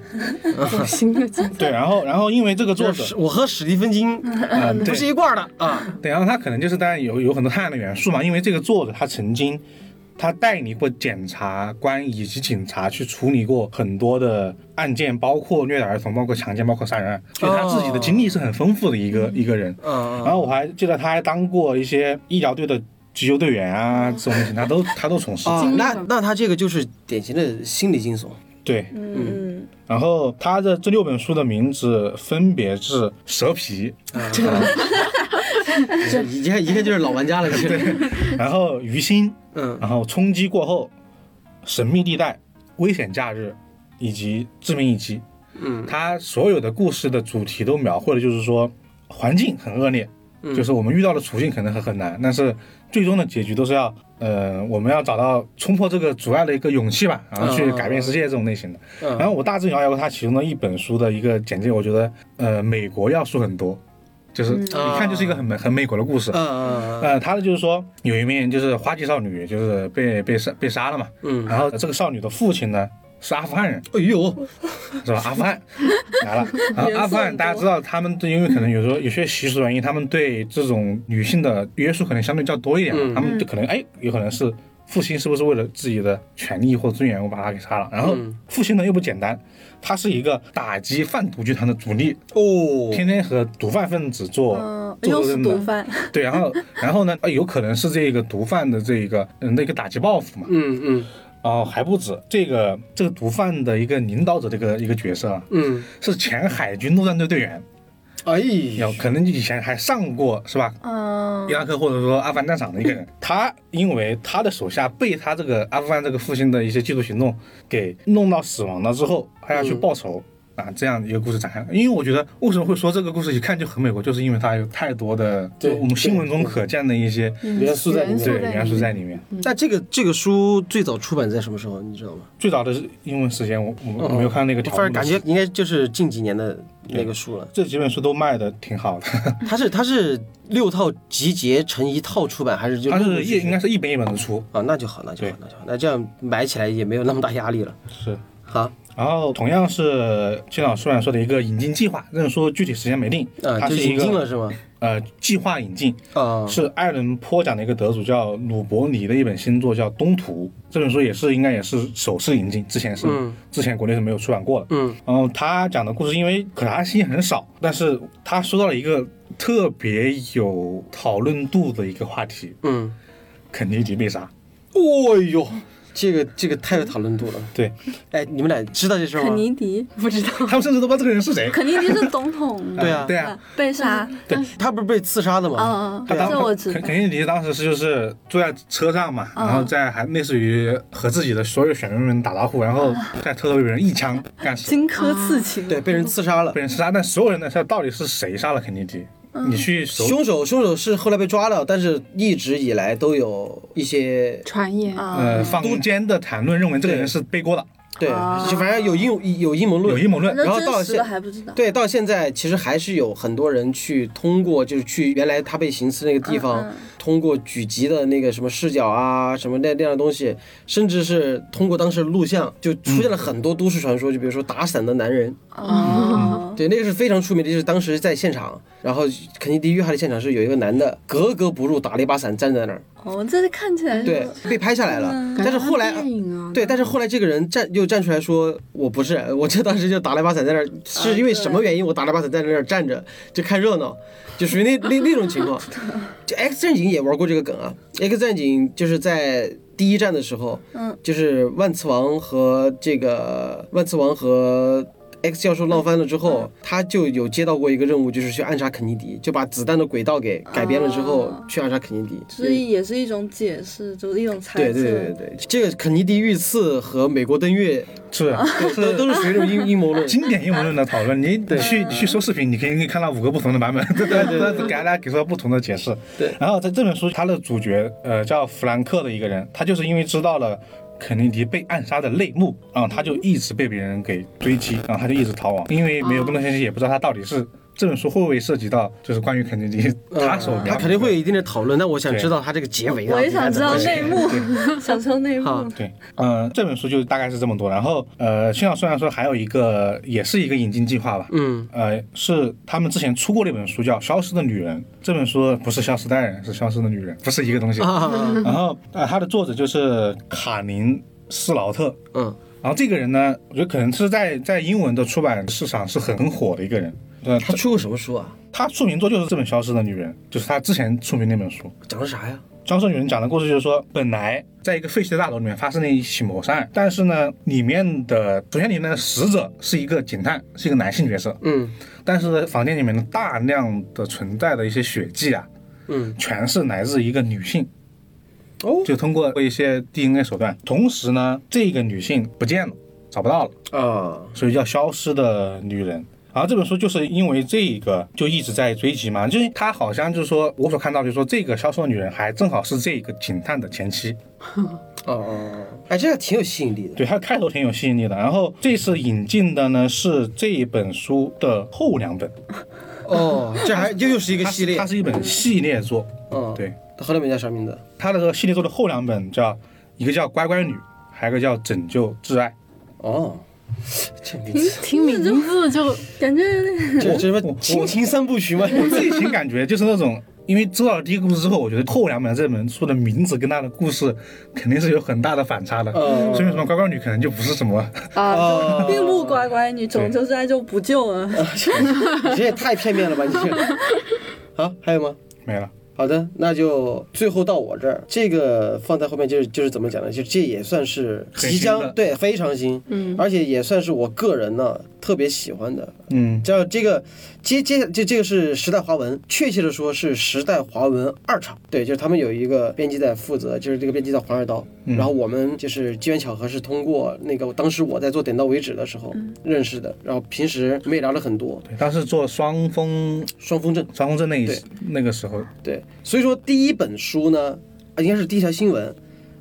E: 走心的精彩，
C: 对，然后然后因为这个作
B: 就
C: 者
B: 是，我和史蒂芬 (laughs) 金
C: 呃，
B: 不
C: 对
B: 是一挂儿的啊
C: 对，然后他可能就是当然有有很多探案的元素嘛，因为这个作者他曾经。他代理过检察官以及警察去处理过很多的案件，包括虐待儿童、包括强奸、包括杀人案，所以他自己的经历是很丰富的一个、一个人。嗯
B: 啊啊
C: 然后我还记得他还当过一些医疗队的急救队员啊，这种事情他都他都从事。
B: 啊！
E: 经历
B: 那
E: 了
B: 那他这个就是典型的心理惊悚。
C: 对，
D: 嗯，
C: 然后他的这六本书的名字分别是《蛇皮
B: 一看一看就是老玩家了，就是。》，
C: 然后《鱼心》，
B: 嗯
C: 然后《冲击过后》，《神秘地带》，《危险假日》，以及《致命一击》。
B: 嗯
C: 他所有的故事的主题都描绘的就是说，环境很恶劣，
B: 嗯
C: 就是我们遇到的处境可能很很难，但是最终的结局都是要，呃，我们要找到冲破这个阻碍的一个勇气吧，
B: 嗯
C: 然后去改变世界这种类型的。然后我大致了解过他其中的一本书的一个简介，我觉得，呃，美国要素很多，就是一
B: 啊
C: 看就是一个很美很美国的故事。
B: 嗯嗯
C: 呃，他的就是说有一名就是花季少女，就是被被杀被杀了嘛，
B: 嗯
C: 然后这个少女的父亲呢是阿富汗人，
B: 哎呦，
C: 是吧？阿富汗来了，然后阿富汗大家知道，他们对因为可能有时候有些习俗原因，他们对这种女性的约束可能相对较多一点嘛，
B: 嗯
C: 他们就可能哎，有可能是父亲是不是为了自己的权利或尊严，我把他给杀了？然后
B: 嗯
C: 父亲呢又不简单，他是一个打击贩毒集团的主力，
B: 哦，
C: 天天和毒贩分子做
D: 嗯，
C: 做
D: 又
C: 斗
D: 是
C: 争的
D: 毒贩，
C: (laughs) 对，然后然后呢，呃有可能是这个毒贩的这一个嗯那个打击报复嘛，
B: 嗯嗯
C: 然后还不止这个这个毒贩的一个领导者的一个一个角色啊，
B: 嗯，
C: 是前海军陆战队队员，
B: 哎
C: 有
B: 呦，
C: 可能以前还上过是吧？
D: 嗯
C: 伊，拉克或者说阿富汗战场的一个人，他因为他的手下被他这个阿富汗这个父亲的一些嫉妒行动给弄到死亡了之后，他要去报仇。啊，这样一个故事展开，因为我觉得为什么会说这个故事一看就很美国，就是因为它有太多的
B: 对
C: 就我们新闻中
B: 对
C: 可见的一些
B: 元素在里
E: 元
B: 面
E: 素
C: 对
E: 在
C: 元
E: 里
C: 素
E: 面
C: 在里面。
B: 那这个这个书最早出版在什么时候？你知道吗？
C: 最早的是英文时间，我我我没有看那个条
B: 嗯
C: 目
B: 反
C: 的
B: 正
C: 时间，
B: 感觉应该就是近几年的那个书了。
C: 这几本书都卖的挺好的，
B: 它是它是六套集结成一套出版，还是就
C: 它
B: 陆陆
C: 是
B: 续
C: 一
B: 续
C: 应该是一本一本的出，
B: 啊，那就好，那就好，那就好，那这样买起来也没有那么大压力了。
C: 是。
B: 好，
C: 然后同样是金老师晚说的一个引进计划，这本书具体时间没定，
B: 啊，
C: 它
B: 就是
C: 一
B: 引进
C: 个
B: 了是吗？
C: 呃计划引进，
B: 啊，
C: 是艾伦坡奖的一个得主叫鲁伯尼的一本新作叫《东途》，这本书也是应该也是首次引进，之前是、
B: 嗯
C: 之前国内是没有出版过的。
B: 嗯
C: 然后他讲的故事，因为可达性很少，但是他说到了一个特别有讨论度的一个话题，
B: 嗯，
C: 肯尼迪被杀。
B: 哦呦，这个这个太有讨论度了。
C: 对
B: 哎，你们俩知道这事儿吗？
D: 肯尼迪不知道，
C: 他们甚至都不知道这个人是谁。
D: 肯尼迪是总统，
B: 对啊
C: 对
D: 啊
C: 啊，
D: 被杀，
B: 他不是被刺杀的吗？
D: 嗯嗯，
C: 他当
D: 这我知
C: 肯
D: 道
C: 肯，尼迪当时是就是坐在车上嘛，然后在还类似于和自己的所有选民们打招呼，然后在车头被人一枪干死，
D: 荆轲刺秦，
B: 对，被人刺杀了
C: 被。人刺杀。但所有人呢，他到底是谁杀了肯尼迪？你去搜，
B: 凶手凶手是后来被抓了，但是一直以来都有一些
E: 传言，
C: 呃，坊间的谈论认为这个人是背锅的，
B: 对，
D: 啊
B: 就反正有阴有阴谋论，
C: 有阴谋论。
B: 然后到
D: 真实
B: 现
D: 的还不知道，
B: 对，到现在其实还是有很多人去通过，就是去原来他被行刺那个地
D: 嗯
B: 方，通过狙击的那个什么视角啊，什么那那样的东西，甚至是通过当时的录像，就出
C: 嗯
B: 现了很多都市传说，就比如说打伞的男人，
D: 哦，
B: 对，那个是非常出名的，就是当时在现场，然后肯尼迪遇害的现场是有一个男的格格不入，打了一把伞站在那儿，
D: 哦，这是看起来是
B: 对，被拍下来了，但是后来。
E: 哎嗯感觉像电影啊，
B: 对，但是后来这个人站又站出来说，我不是，我这当时就打了一把伞在
D: 呃
B: 那儿，是因为什么原因？我打了一把伞在那儿站着，就看热闹，就属于那那那种情
D: (laughs)
B: 况。就 X 战警也玩过这个梗啊，X 战警就是在第一站的时候，
D: 嗯，
B: 就是万磁王和这个万磁王和 X 教授闹翻了之
D: 嗯
B: 后，他就有接到过一个任务，就是去暗杀肯尼迪，就把子弹的轨道给改变了之后，
D: 哦
B: 去暗杀肯尼迪。
D: 所以也是一种解释，就是一种猜
B: 对
D: 测。
B: 对对对对，这个肯尼迪遇刺和美国登月
C: 是
B: 都
C: 是
B: 都是属于这种阴阴谋论。
C: 经典阴谋论的讨论。你你去你去搜视频，你可以可以看到五个不同的版本， (laughs) 对对对，都给大家给出了不同的解释。
B: 对
C: 然后在这本书，他的主角呃叫弗兰克的一个人，他就是因为知道了。肯尼迪被暗杀的内幕，然后他就一直被别人给追击，然后他就一直逃亡，因为没有更多信息，也不知道他到底是这本书会不会涉及到，就是关于肯尼迪
B: 呃
C: 他所描述的
B: 他肯定会有一定的讨论，但我想
C: 对
B: 知道他这个结尾啊。
D: 我也想知道
B: 这个
D: 内幕，想知道内幕。
B: 好
C: 对，嗯、这本书就大概是这么多。然后，呃，青岛虽然说还有一个，也是一个引进计划吧，
B: 嗯，
C: 呃，是他们之前出过的一本书叫《消失的女人》，这本书不是《消失的爱人》，是《消失的女人》，不是一个东西。
B: 啊，
C: 然后，呃，它的作者就是卡宁斯劳特。
B: 嗯
C: 然后这个人呢，我觉得可能是在在英文的出版市场是很火的一个人。呃，
B: 他
C: 他
B: 出过什么书啊？
C: 他出名作就是这本《消失的女人》，就是他之前出名那本书。
B: 讲的啥呀？
C: 张胜元讲的故事就是说，本来在一个废弃的大楼里面发生了一起谋杀案，但是呢，里面的首先里面的死者是一个警探，是一个男性角色，
B: 嗯
C: 但是呢房间里面的大量的存在的一些血迹啊，
B: 嗯，
C: 全是来自一个女性，
B: 哦
C: 就通过一些 DNA 手段，同时呢，这个女性不见了，找不到了，
B: 啊，
C: 所以叫消失的女人。然后这本书就是因为这一个就一直在追击嘛，就是他好像就是说我所看到就是说这个消瘦女人还正好是这个警探的前妻，
B: 哦，哎，这个挺有吸引力的。
C: 对，它开头挺有吸引力的。然后这次引进的呢是这一本书的后两本，
B: 哦，这还又又是一个
C: 它
B: 系
C: 是
B: 列
C: 它。是一本系列作，
B: 嗯，
C: 对，
B: 后面叫啥名字？
C: 它的这个系列作的后两本叫一个叫乖乖女，还有一个叫拯救挚爱。
B: 哦，这名
E: 听
B: 字，
E: 听名字就
D: 感觉有点
B: 这这什
C: 我
B: 么
C: 我
B: 亲情三部曲吗？
C: 我自己挺感觉就是那种，因为知道了第一个故事之后，我觉得后两本这本书的名字跟它的故事肯定是有很大的反差的。
B: 嗯
C: 所以什么乖乖女可能就不是什么，
E: 啊，
B: 哦，
D: 并不乖乖女，总之爱就不救了。
B: (laughs) 你这也太片面了吧！你这 (laughs) 个好，还有吗？
C: 没了。
B: 好的，那就最后到我这儿，这个放在后面就是就是怎么讲呢？就这也算是
C: 很
B: 即
C: 新的
B: 将对非常新，嗯，而且也算是我个人呢特别喜欢的。
C: 嗯，
B: 叫这个接接这这个是时代华文，确切的说是时代华文二厂，对，就是他们有一个编辑在负责，就是这个编辑叫黄二刀，
C: 嗯
B: 然后我们就是机缘巧合是通过那个当时我在做点到为止的时候认识的，然后平时我们也聊了很多，
C: 对，当时做双峰
B: 双峰镇。
C: 双峰镇那一
B: 对
C: 那个时候，
B: 对，所以说第一本书呢，啊，应该是第一条新闻，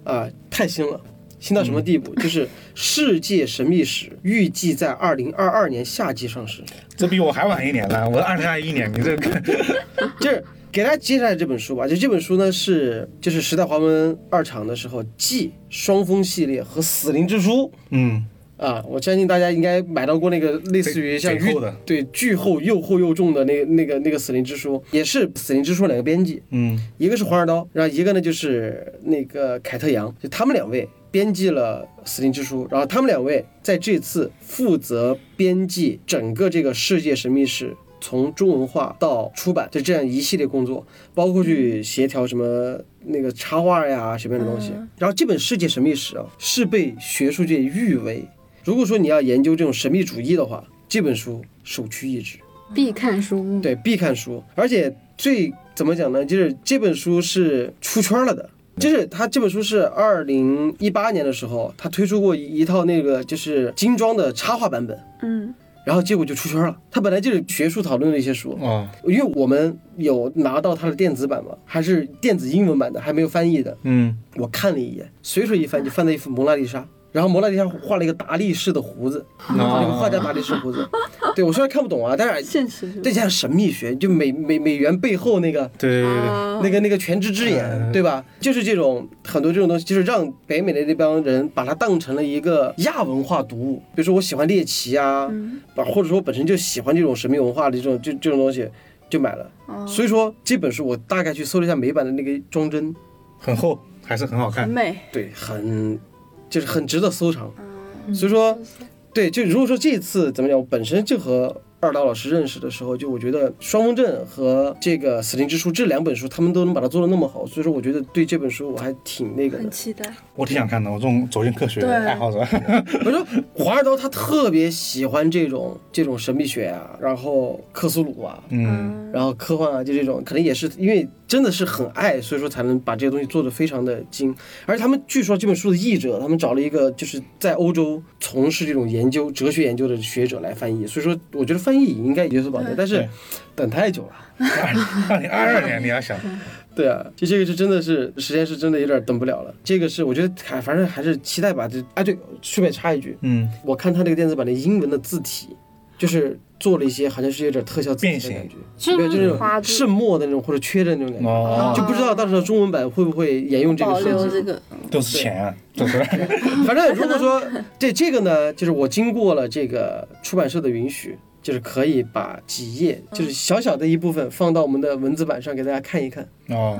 B: 啊，太新了，新到什么
C: 嗯
B: 地步？ (laughs) 就是《世界神秘史》预计在二零二二年夏季上市。
C: 这比我还晚一年了，我二零二一年，你这个 (laughs)
B: 就是给大家介绍一下这本书吧。就这本书呢是就是时代华文二厂的时候，继《双峰》系列和《死灵之书》
C: 嗯，
B: 啊，我相信大家应该买到过那个类似于像
C: 贼贼
B: 玉
C: 厚的
B: 对巨厚又厚又重的那个那个那个《死灵之书》，也是《死灵之书》两个编辑，
C: 嗯，
B: 一个是黄二刀，然后一个呢就是那个凯特杨，就他们两位编辑了《死灵之书》，然后他们两位在这次负责编辑整个这个世界神秘史。从中文化到出版，就这样一系列工作，包括去协调什么那个插画呀，什么样的东西。然后这本《世界神秘史》啊，是被学术界誉为，如果说你要研究这种神秘主义的话，这本书首屈一指。
E: 必看书目。
B: 对，必看书。而且最怎么讲呢？就是这本书是出圈了的。就是他这本书是二零一八年的时候，他推出过一套那个就是精装的插画版本，
E: 嗯，
B: 然后结果就出圈了。他本来就是学术讨论的一些书，
C: 哦，
B: 因为我们有拿到他的电子版嘛，还是电子英文版的，还没有翻译的。
C: 嗯，
B: 我看了一眼，随手一翻就翻到一幅蒙娜丽莎，然后蒙娜丽莎画了一个达利式的胡子，
C: 哦
B: 那个画家达利式胡子。对我虽然看不懂啊，但是
D: (laughs) 现实是吧
B: 再加上神秘学，就美美美元背后那个
C: 对对对对，
D: 啊
B: 那个那个全知之眼，对吧？就是这种很多这种东西，就是让北美的那帮人把它当成了一个亚文化读物。比如说我喜欢猎奇啊，啊或者说我本身就喜欢这种神秘文化的这种这这种东西，就买了。所以说这本书我大概去搜了一下美版的那个装帧，
C: 很厚，还是很好看
D: 很。美，
B: 对，很就是很值得收藏。所以说，对，就如果说这次怎么讲，我本身就和二刀老师认识的时候，就我觉得《双峰镇》和这个《死灵之书》这两本书，他们都能把它做的那么好，所以说我觉得对这本书我还挺那个
D: 很
B: 的。
D: 期待。
C: 我挺想看的，我这种走进科学
D: 对
C: 爱好者，
B: 我说黄二刀他特别喜欢这种这种神秘学啊，然后克苏鲁啊，
C: 嗯，
B: 然后科幻啊，就这种，可能也是因为真的是很爱，所以说才能把这些东西做得非常的精。而他们据说这本书的译者，他们找了一个就是在欧洲从事这种研究、哲学研究的学者来翻译，所以说我觉得翻译应该有所保留，但是
C: 对
B: 等太久了。
C: 二零二二年你要想，
B: 对啊，就这个是真的是时间是真的有点等不了了。这个是我觉得还反正还是期待吧。这哎对，顺便插一句，
C: 嗯，
B: 我看他那个电子版的英文的字体，就是做了一些好像是有点特效字体的感觉，
E: 变形
B: 对，就是
E: 是花字
B: 渗墨的那种或者缺的那种感觉，
C: 哦
B: 就不知道到时候中文版会不会沿用这个
D: 保留
B: 设
D: 这
B: 计。
D: 个，
C: 都是钱啊，就是，
B: 反正如果说这这个呢，就是我经过了这个出版社的允许。就是可以把几页，就是小小的一部分放到我们的文字版上给大家看一看，
C: 哦，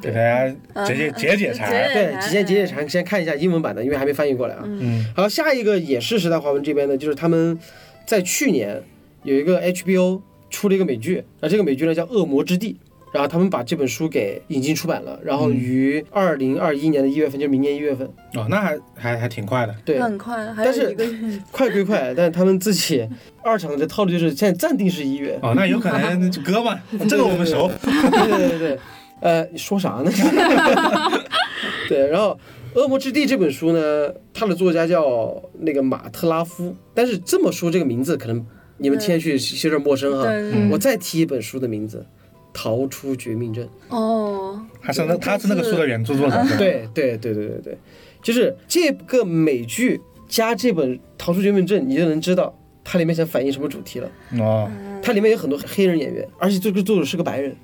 C: 给大家解解解解馋，
B: 对，提前解解馋，先看一下英文版的，因为还没翻译过来啊。
C: 嗯，
B: 然后下一个也是时代华文这边的，就是他们在去年有一个 HBO 出了一个美剧，然后这个美剧呢叫《恶魔之地》，然后他们把这本书给引进出版了，然后于二零二一年的一月份，就是明年一月份，
C: 哦，那还还还挺快的，
B: 对，
D: 很快，还
B: 但是
D: 有一个月，
B: 快归快，但是他们自己 (laughs) 二厂的这套路就是现在暂定是一月，
C: 哦，那有可能就割嘛，这个我们熟，
B: 对对对对，呃，说啥呢？对，然后《恶魔之地》这本书呢，它的作家叫那个马特拉夫，但是这么说这个名字可能你们听下去有点陌生哈
D: 对。
E: 嗯
B: 我再提一本书的名字，《逃出绝命镇》。
D: 哦，
C: 他是那他是那个书的原著作者，是吧，
B: 对对对对对对，就是这个美剧加这本《逃出绝命镇》，你就能知道它里面想反映什么主题了。
C: 哦，
B: 它里面有很多黑人演员，而且这个作者是个白人。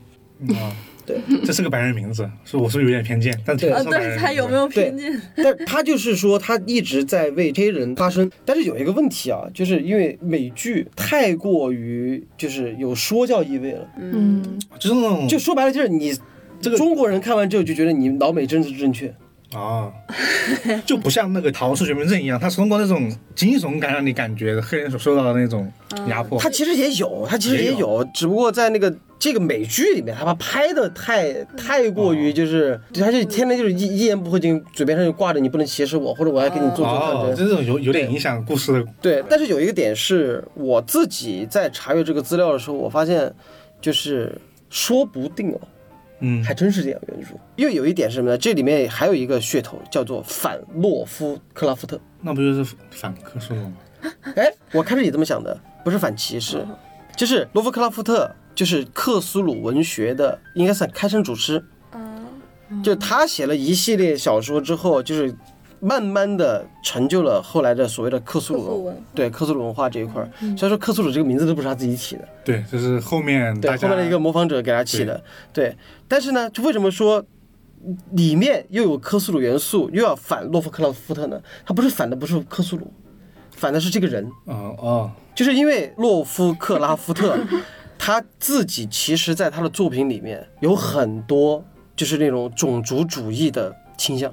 C: 哦，
B: 对，
C: 这是个白人名字，是我是不是有点偏见？但挺
B: 对
D: 啊，
C: 像白人
D: 对
C: 名
D: 他
C: 字
D: 有没有
B: 对
F: (laughs)
D: 偏见？
B: 但他就是说，他一直在为黑人发声。但是有一个问题啊，就是因为美剧太过于就是有说教意味了，
E: 嗯，
C: 就是那种
B: 就说白了就是你
C: 这个
B: 中国人看完之后就觉得你老美真是正确。
C: 哦，就不像那个《逃出绝命镇》一样，他通过那种惊悚感让你感觉黑人所受到的那种压迫
B: 他。其实也有，他其实
C: 也
B: 也有，只不过在那个这个美剧里面，他把拍的太太过于就是，对他就天天就是一一言不合就嘴边上就挂着你不能歧视我，或者我要给你做做看
C: 哦，
B: 这。
C: 这种有有点影响故事的
B: 对，但是有一个点是我自己在查阅这个资料的时候，我发现就是说不定哦，
C: 嗯
B: 还真是这样原著。因为有一点是什么呢？这里面还有一个噱头叫做反洛夫克拉夫特。
C: 那不就是反科说了吗？
D: 啊
B: 哎，我开始也这么想的，不是反歧视，
D: 哦
B: 就是罗夫克拉夫特，就是克苏鲁文学的，应该算开山祖师。
F: 啊
D: 嗯
B: 就他写了一系列小说之后，就是慢慢的成就了后来的所谓的克苏
D: 克苏鲁
B: 鲁
D: 文嗯
B: 文，对克苏鲁文化这一块儿。虽然说克苏鲁这个名字都不是他自己起的，
C: 对，就是后面
B: 对
C: 大家
B: 后面的一个模仿者给他起的，对。但是呢，就为什么说里面又有克苏鲁元素，又要反洛夫克拉夫特呢？他不是反的不是克苏鲁，反的是这个人。
C: 哦哦，
B: 就是因为洛夫克拉夫
C: (laughs)
B: 特他自己其实在他的作品里面有很多就是那种种族主义的倾向，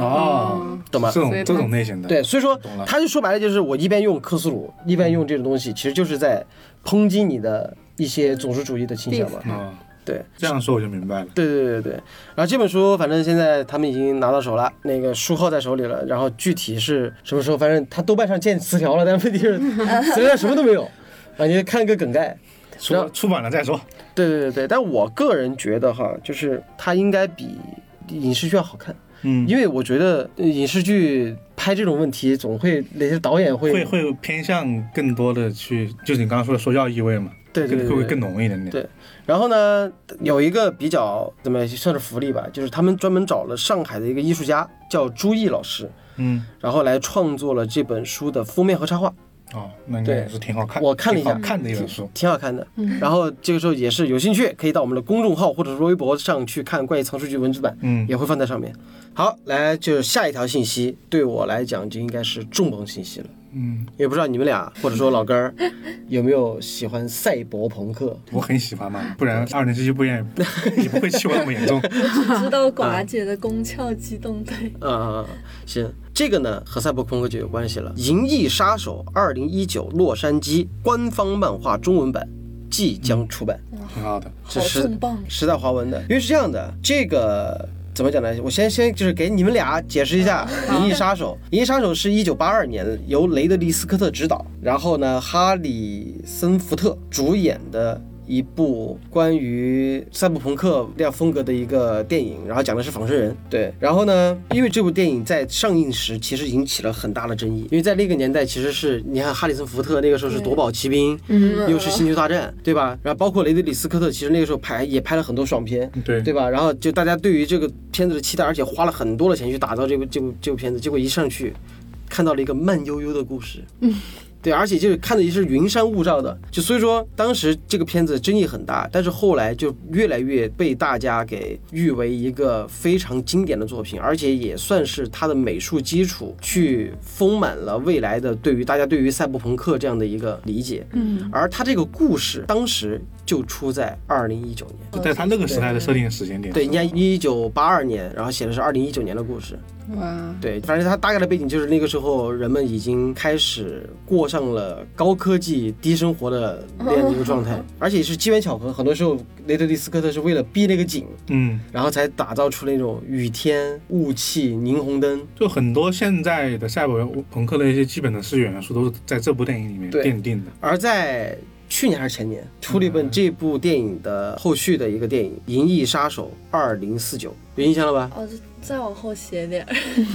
C: 哦，
B: 懂吗
C: 这？种
E: 所以
C: 这
E: 他
C: 种类型的，
B: 对，，嗯所以说
C: 懂了嗯
B: 他就说白了就是我一边用克苏鲁，一边用这种东西，其实就是在抨击你的一些种族主义的倾向嘛。
C: 哦，
B: 对，
C: 这样说我就明白了。
B: 对对对对对。然后这本书反正现在他们已经拿到手了，那个书号在手里了。然后具体是什么时候，反正他豆瓣上见词条了，但问题是词条上什么都没有啊，你看个梗概。
C: 出出版了再说。
B: 对对对对，但我个人觉得哈，就是它应该比影视剧要好看，
C: 嗯，
B: 因为我觉得呃影视剧拍这种问题，总会哪些导演会
C: 会会偏向更多的去，就是你刚刚说的说教意味嘛，
B: 对对
C: 更
B: 对
C: 会不会
B: 对
C: 更浓一点点？
B: 对然后呢，有一个比较怎么算是福利吧，就是他们专门找了上海的一个艺术家叫朱毅老师，
C: 嗯，
B: 然后来创作了这本书的封面和插画，
C: 哦，那应该
B: 对
C: 也是挺好看。
B: 我看了一下嗯
C: 挺好看的一本书。
B: 挺好看的。然后这个时候也是有兴趣，可以到我们的公众号或者是微博上去看《怪异藏书局》文字版，
C: 嗯
B: 也会放在上面。好，来就是下一条信息，对我来讲就应该是重磅信息了。
C: 嗯，
B: 也不知道你们俩或者说老根儿有没有喜欢赛博朋克？
C: 我很喜欢嘛，不然二零七七不也
B: (laughs)
C: 也不会气我那么严重。
D: 只知道寡姐的宫壳机动队。
B: 啊、
C: 嗯
B: 行，这个呢和赛博朋克就有关系了。《银翼杀手》二零一九洛杉矶官方漫画中文版即将出版。
C: 挺
B: (laughs)
C: 好的，
B: 是
D: 好
B: 时
D: 重磅
B: 时代华文的，因为是这样的，这个怎么讲呢？我先先就是给你们俩解释一下《银翼杀手》。《银翼杀手》是一九八二年由雷德利·斯科特执导，然后呢，哈里森·福特主演的。一部关于赛博朋克那样风格的一个电影，然后讲的是仿生人。对，然后呢，因为这部电影在上映时其实引起了很大的争议，因为在那个年代其实是你看哈里森·福特那个时候是夺宝奇兵，
E: 嗯
B: 又是星球大战，对吧？然后包括雷德里·斯科特，其实那个时候拍也拍了很多爽片，
C: 对
B: 对吧？然后就大家对于这个片子的期待，而且花了很多的钱去打造这部这部这部片子，结果一上去看到了一个慢悠悠的故事，嗯，对，而且就是看的也是云山雾罩的，就所以说当时这个片子争议很大，但是后来就越来越被大家给誉为一个非常经典的作品，而且也算是它的美术基础去丰满了未来的对于大家对于赛博朋克这样的一个理解，嗯，而它这个故事当时就出在二零一九年。
C: 在他那个时代的设定时间点。
B: 对，你看一九八二年，然后写的是二零一九年的故事。
E: 哇，
B: 对，反正它大概的背景就是那个时候人们已经开始过上了高科技低生活的那样的一个状态，而且是机缘巧合，很多时候雷德利·斯科特是为了避那个景，
C: 嗯，
B: 然后才打造出那种雨天、雾气、霓虹灯。
C: 就很多现在的赛博朋克的一些基本的视觉元素都是在这部电影里面
B: 对
C: 奠定的。
B: 而在去年还是前年出了一本这部电影的后续的一个电影《银翼杀手二零四九》，有印象了吧？
F: 哦，就再往后写点儿， (laughs)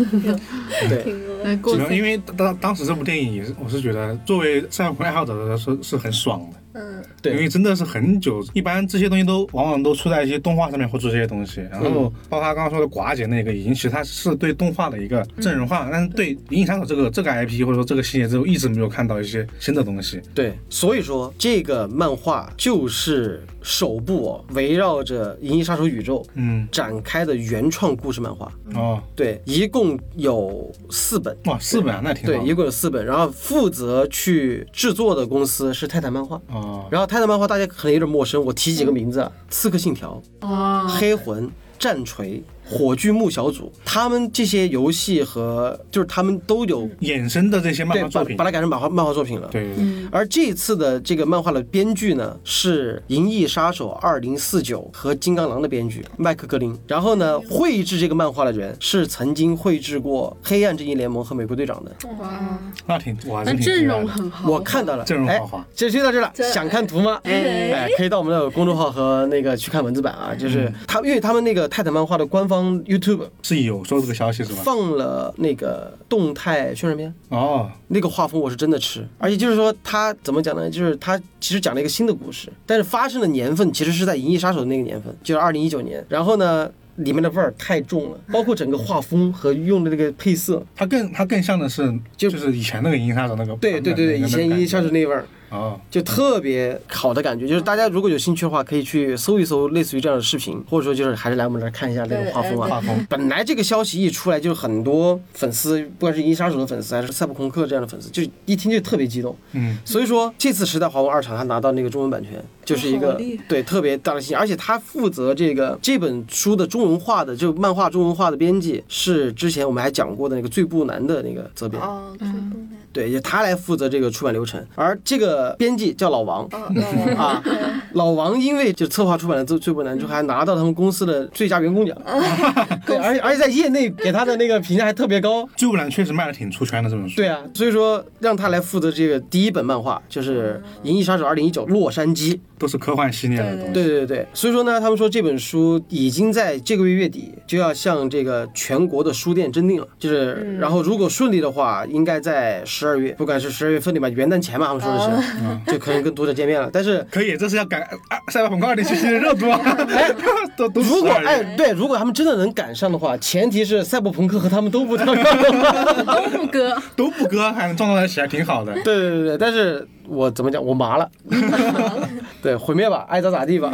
B: 对，
F: 挺多。
E: 来过
C: 只能因为当当时这部电影也是，我是觉得作为战魂爱好者来说是很爽的，
F: 嗯，
B: 对
C: 因为真的是很久，一般这些东西都往往都出在一些动画上面会做这些东西，然后包括他刚刚说的寡姐那个已经其实它是对动画的一个正人化，但是对《银翼杀手》这个这个 IP 或者说这个系列之后一直没有看到一些新的东西，
B: 对，所以说这个漫画就是首部、哦、围绕着《银翼杀手》宇宙
C: 嗯，
B: 展开的原创故事漫画。
C: 哦，
B: 对，一共有四本。
C: 哇，四本啊，那挺
B: 对，
C: 好
B: 一
C: 的，
B: 共有四本，然后负责去制作的公司是泰坦漫画。
C: 哦，
B: 然后泰坦漫画大家可能有点陌生，我提几个名字啊：
C: 嗯
B: 刺客信条、
E: 啊，
B: 黑魂、战锤、火炬木小组，他们这些游戏和就是他们都有
C: 衍生的这些嗯漫
B: 对
C: 画
B: 把
C: 作品
B: 把，它改成漫画漫画作品了。
C: 对对对，
B: 而这一次的这个漫画的编剧呢，是《银翼杀手二零四九》和《金刚狼》的编剧麦克格林。然后呢，绘制这个漫画的人是曾经绘制过《黑暗正义联盟》和《美国队长》的。
E: 哇，
C: 那挺哇，
E: 那
C: 这挺
E: 阵
C: 厉害
E: 容
C: 的
E: 很好，
B: 我看到了，
C: 阵容
B: 哎
C: 豪华，
B: 这就到这了。想看图吗？
F: 哎
B: 哎，可以到我们的公众号和那个去看文字版啊。就是他，因为他们那个泰坦漫画的官方 YouTube
C: 是有说这个消息是吧？
B: 放了那个动态宣传片，
C: 哦，
B: 那个画风我是真的吃，而且就是说它怎么讲呢？就是它其实讲了一个新的故事，但是发生的年份其实是在《银翼杀手》的那个年份，就是二零一九年。然后呢，里面的味儿太重了，包括整个画风和用的那个配色。
C: 它更它更像的是
B: 就
C: 就是以前那个银翼杀手那个
B: 对对对对，
C: 那
B: 以
C: 个
B: 前《银翼杀手》啊那味儿
C: 哦，
B: 就特别好的感觉，就是大家如果有兴趣的话，可以去搜一搜类似于这样的视频，或者说就是还是来我们这儿看一下这个画风啊
C: 画。
B: (laughs)
C: 风
B: 本来这个消息一出来，就是很多粉丝，不管是《银翼杀手》的粉丝，还是《赛博朋克》这样的粉丝，就一听就特别激动。
C: 嗯，
B: 所以说这次时代华文二厂他拿到那个中文版权，就是一
D: 好
B: 个
D: 厉害
B: 对特别大的信息，而且他负责这个这本书的中文化的就漫画中文化的编辑是之前我们还讲过的那个最不难的那个责编，
F: (laughs)
D: 嗯
F: 哦，最不难。
B: 对，也他来负责这个出版流程，而这个编辑叫老王。 (laughs)
F: 哦，那我
B: 啊，老王因为就策划出版的最最不难，就还拿到他们公司的最佳员工 (laughs) 奖，对，而且而且在业内给他的那个评价还特别高，
C: 最不然确实卖的挺出圈的这本书。
B: 对啊，所以说让他来负责这个第一本漫画，就是《银翼杀手二零一九：洛杉矶》。
C: 都是科幻系列的东西。
B: 对对对，所以说呢，他们说这本书已经在这个月月底就要向这个全国的书店征订了，就是，然后如果顺利的话，应该在十二月，不管是十二月份里面元旦前嘛，他们说的是，嗯就可能跟读者见面了。但是
C: 可以，这是要赶啊赛博朋克二零七七的热度啊！ (laughs) 都
B: 哎
C: 都
B: 如果
C: 12
B: 哎
C: 人
B: 对，如果他们真的能赶上的话，前提是赛博朋克和他们都不跳票。
E: 都不割，
C: 都不割，还能撞到一起，还挺好的。
B: (laughs) 对对对对，但是我怎么讲，我麻了。对，毁灭吧，爱咋咋地吧。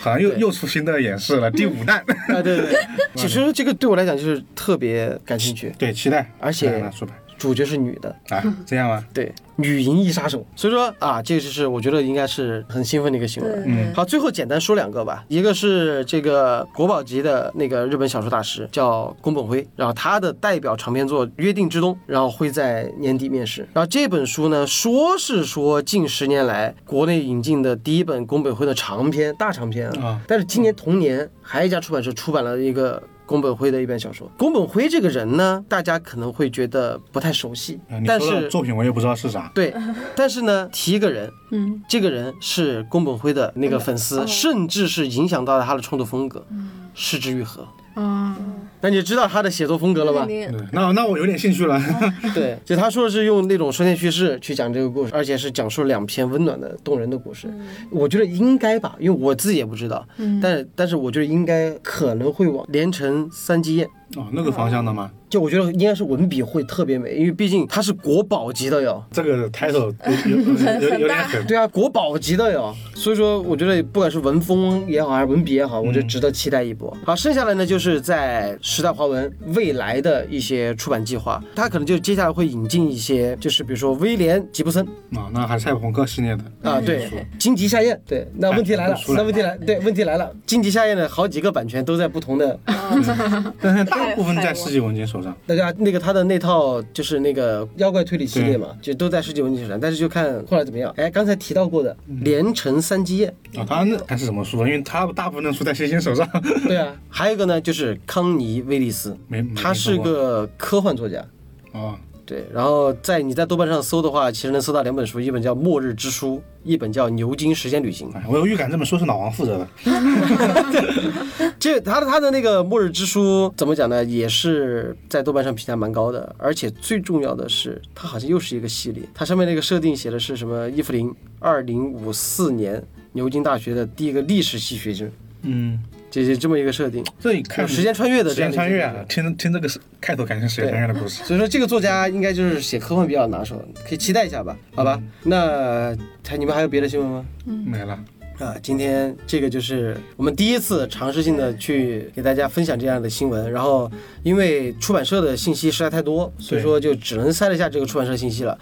C: 好像又又出新的演示了，第五
B: (laughs)
C: 弹。
B: 啊，对对对，其实这个对我来讲就是特别感兴趣，
C: 对，期待。
B: 而且
C: 期待了说白
B: 主角是女的，
C: 啊，这样吗？
B: 对，女银翼杀手。所以说啊，这就是我觉得应该是很兴奋的一个新闻。
F: 嗯
B: 好，最后简单说两个吧，一个是这个国宝级的那个日本小说大师叫宫本辉，然后他的代表长篇作《约定之冬》，然后会在年底面世。然后这本书呢，说是说近十年来国内引进的第一本宫本辉的长篇大长篇
C: 啊
B: 但是今年同年，还有一家出版社出版了一个。宫本辉的一本小说。宫本辉这个人呢，大家可能会觉得不太熟悉
C: 啊你，
B: 但
C: 说的
B: 是
C: 作品我也不知道是啥。
B: 对，但是呢，提一个人，
E: 嗯，
B: 这个人是宫本辉的那个粉丝，甚至是影响到了他的创作风格，失之愈合。
E: 啊，
B: 那你知道他的写作风格了吧
F: 肯？定
C: 对那那我有点
B: (laughs)
C: 兴趣了。
B: 对，就他说的是用那种双线叙事去讲这个故事，而且是讲述两篇温暖的、动人的故事。我觉得应该吧，因为我自己也不知道，但但是我觉得应该可能会往连城三基宴。
C: 哦，那个方向的吗？
B: 就我觉得应该是文笔会特别美，因为毕竟他是国宝级的哟。
C: 这个 title 有有有有点狠。
B: 对啊，国宝级的哟。所以说，我觉得不管是文风也好，还是文笔也好，
C: 嗯
B: 我觉得值得期待一波。好，剩下来呢，就是在时代华文未来的一些出版计划，它可能就接下来会引进一些，就是比如说威廉·吉布森
C: 啊，那还是赛博朋克系列的。
B: 啊，对，荆棘下宴，对。那问题来了
C: 嗯哎，出来
B: 那
C: 了
B: 问题来，对，问题来了，荆棘下宴的好几个版权都在不同的，
C: 但是大部分在世纪文杰手上。
B: 那个那个他的那套就是那个妖怪推理系列
C: 嗯
B: 嘛，就都在世界文学上，但是就看后来怎么样。哎，刚才提到过的
C: 嗯
B: 《连城三基宴》，
C: 啊，他那还是什么书？因为他大部分的书在星星手上。 (laughs)
B: 对 (coughs) 啊，还有一个呢，就是康尼·威利斯
C: 没没，
B: 他是
C: 听说
B: 个科幻作家。
C: 哦，
B: 对，然后在你在豆瓣上搜的话，其实能搜到两本书，一本叫《末日之书》，一本叫《牛津时间旅行》。
C: 哎我有预感这本书是老王负责的。
B: 这他的他的那个《末日之书》怎么讲呢？也是在豆瓣上评价蛮高的，而且最重要的是，它好像又是一个系列。它上面那个设定写的是什么？伊芙琳，二零五四年牛津大学的第一个历史系学生，
C: 嗯，
B: 这是这么一个设定，
C: 这你
B: 有
C: 看
B: 时间穿越的
C: 时
B: 这样
C: 间
B: 的一
C: 穿越
B: 个
C: 啊，听听这个是开头感觉是时间穿越的故事。
B: 所以说这个作家应该就是写科幻比较拿手，可以期待一下吧，好吧？那还你们还有别的新闻吗？
C: 没了，
B: 啊，今天这个就是我们第一次尝试性的去给大家分享这样的新闻，然后因为出版社的信息实在太多，所以说就只能塞了一下这个出版社信息了。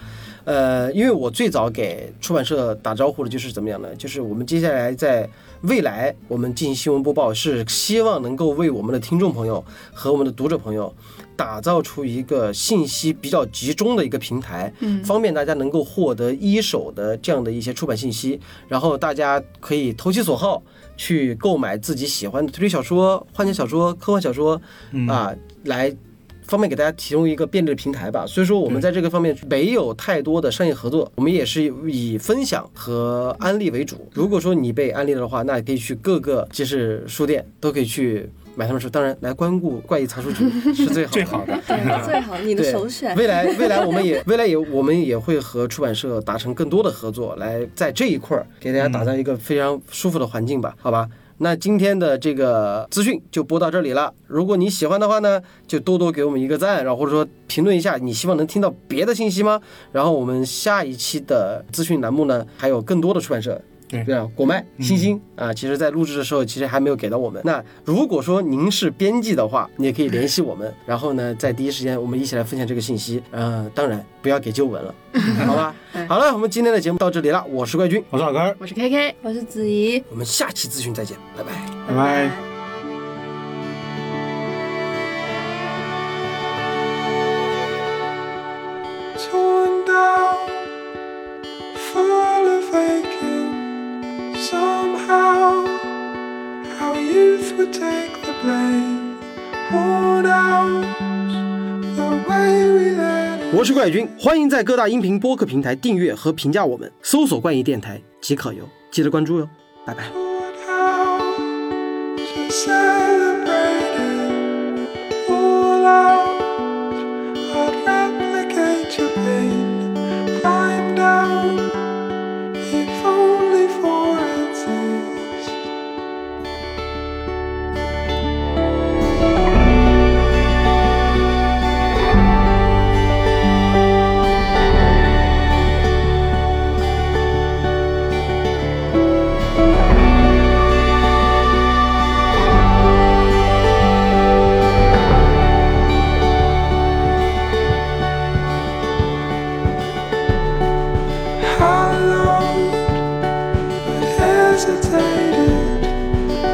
B: 呃，因为我最早给出版社打招呼的就是怎么样呢？就是我们接下来在未来我们进行新闻播报，是希望能够为我们的听众朋友和我们的读者朋友打造出一个信息比较集中的一个平台，
E: 嗯
B: 方便大家能够获得一手的这样的一些出版信息，然后大家可以投其所好去购买自己喜欢的推理小说、幻想小说、科幻小说
C: 嗯
B: 啊，来方面给大家提供一个便利的平台吧。所以说我们在这个方面没有太多的商业合作，我们也是以分享和安利为主。如果说你被安利了的话，那也可以去各个街市书店都可以去。买他们书，当然来关顾怪异藏书局是最好的
C: (laughs) 最好
F: 对，
C: 的。
F: 最好你的首选。
B: 未来，未来我
F: (laughs)
B: 们也，未来也，我们也会和出版社达成更多的合作，来在这一块儿给大家打造一个非常舒服的环境吧，好吧？那今天的这个资讯就播到这里了。如果你喜欢的话呢，就多多给我们一个赞，然后或者说评论一下，你希望能听到别的信息吗？然后我们下一期的资讯栏目呢，还有更多的出版社
C: 对
B: 对啊，果麦、星星、啊，其实，在录制的时候，其实还没有给到我们。那如果说您是编辑的话，你也可以联系我们，然后呢，在第一时间我们一起来分享这个信息。呃，当然不要给旧闻了，好吧？好了，我们今天的节目到这里了，我是怪军，
C: 我是老根儿，
E: 我是 KK，
F: 我是子怡，
B: 我们下期资讯再见，拜拜。
C: 拜拜。
G: torn down, full of aching. Somehow, our youth would take the blame. Worn out, the way we let it.
B: 我是怪军，欢迎在各大音频播客平台订阅和评价我们，搜索“怪异电台”即可哟，记得关注哟，拜拜。
G: Worn out, just celebrating. All out, I'd replicate your pain. Climb down, if only for answers. Hallowed, but hesitated.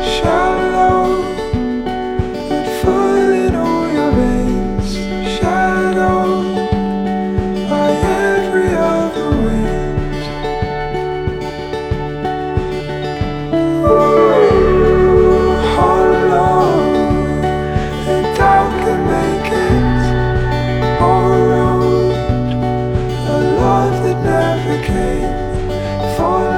G: Shallow, but full in all your veins. Shadowed by every other wind. Hollow, the doubt can make it. Borrowed a love that never came. Falling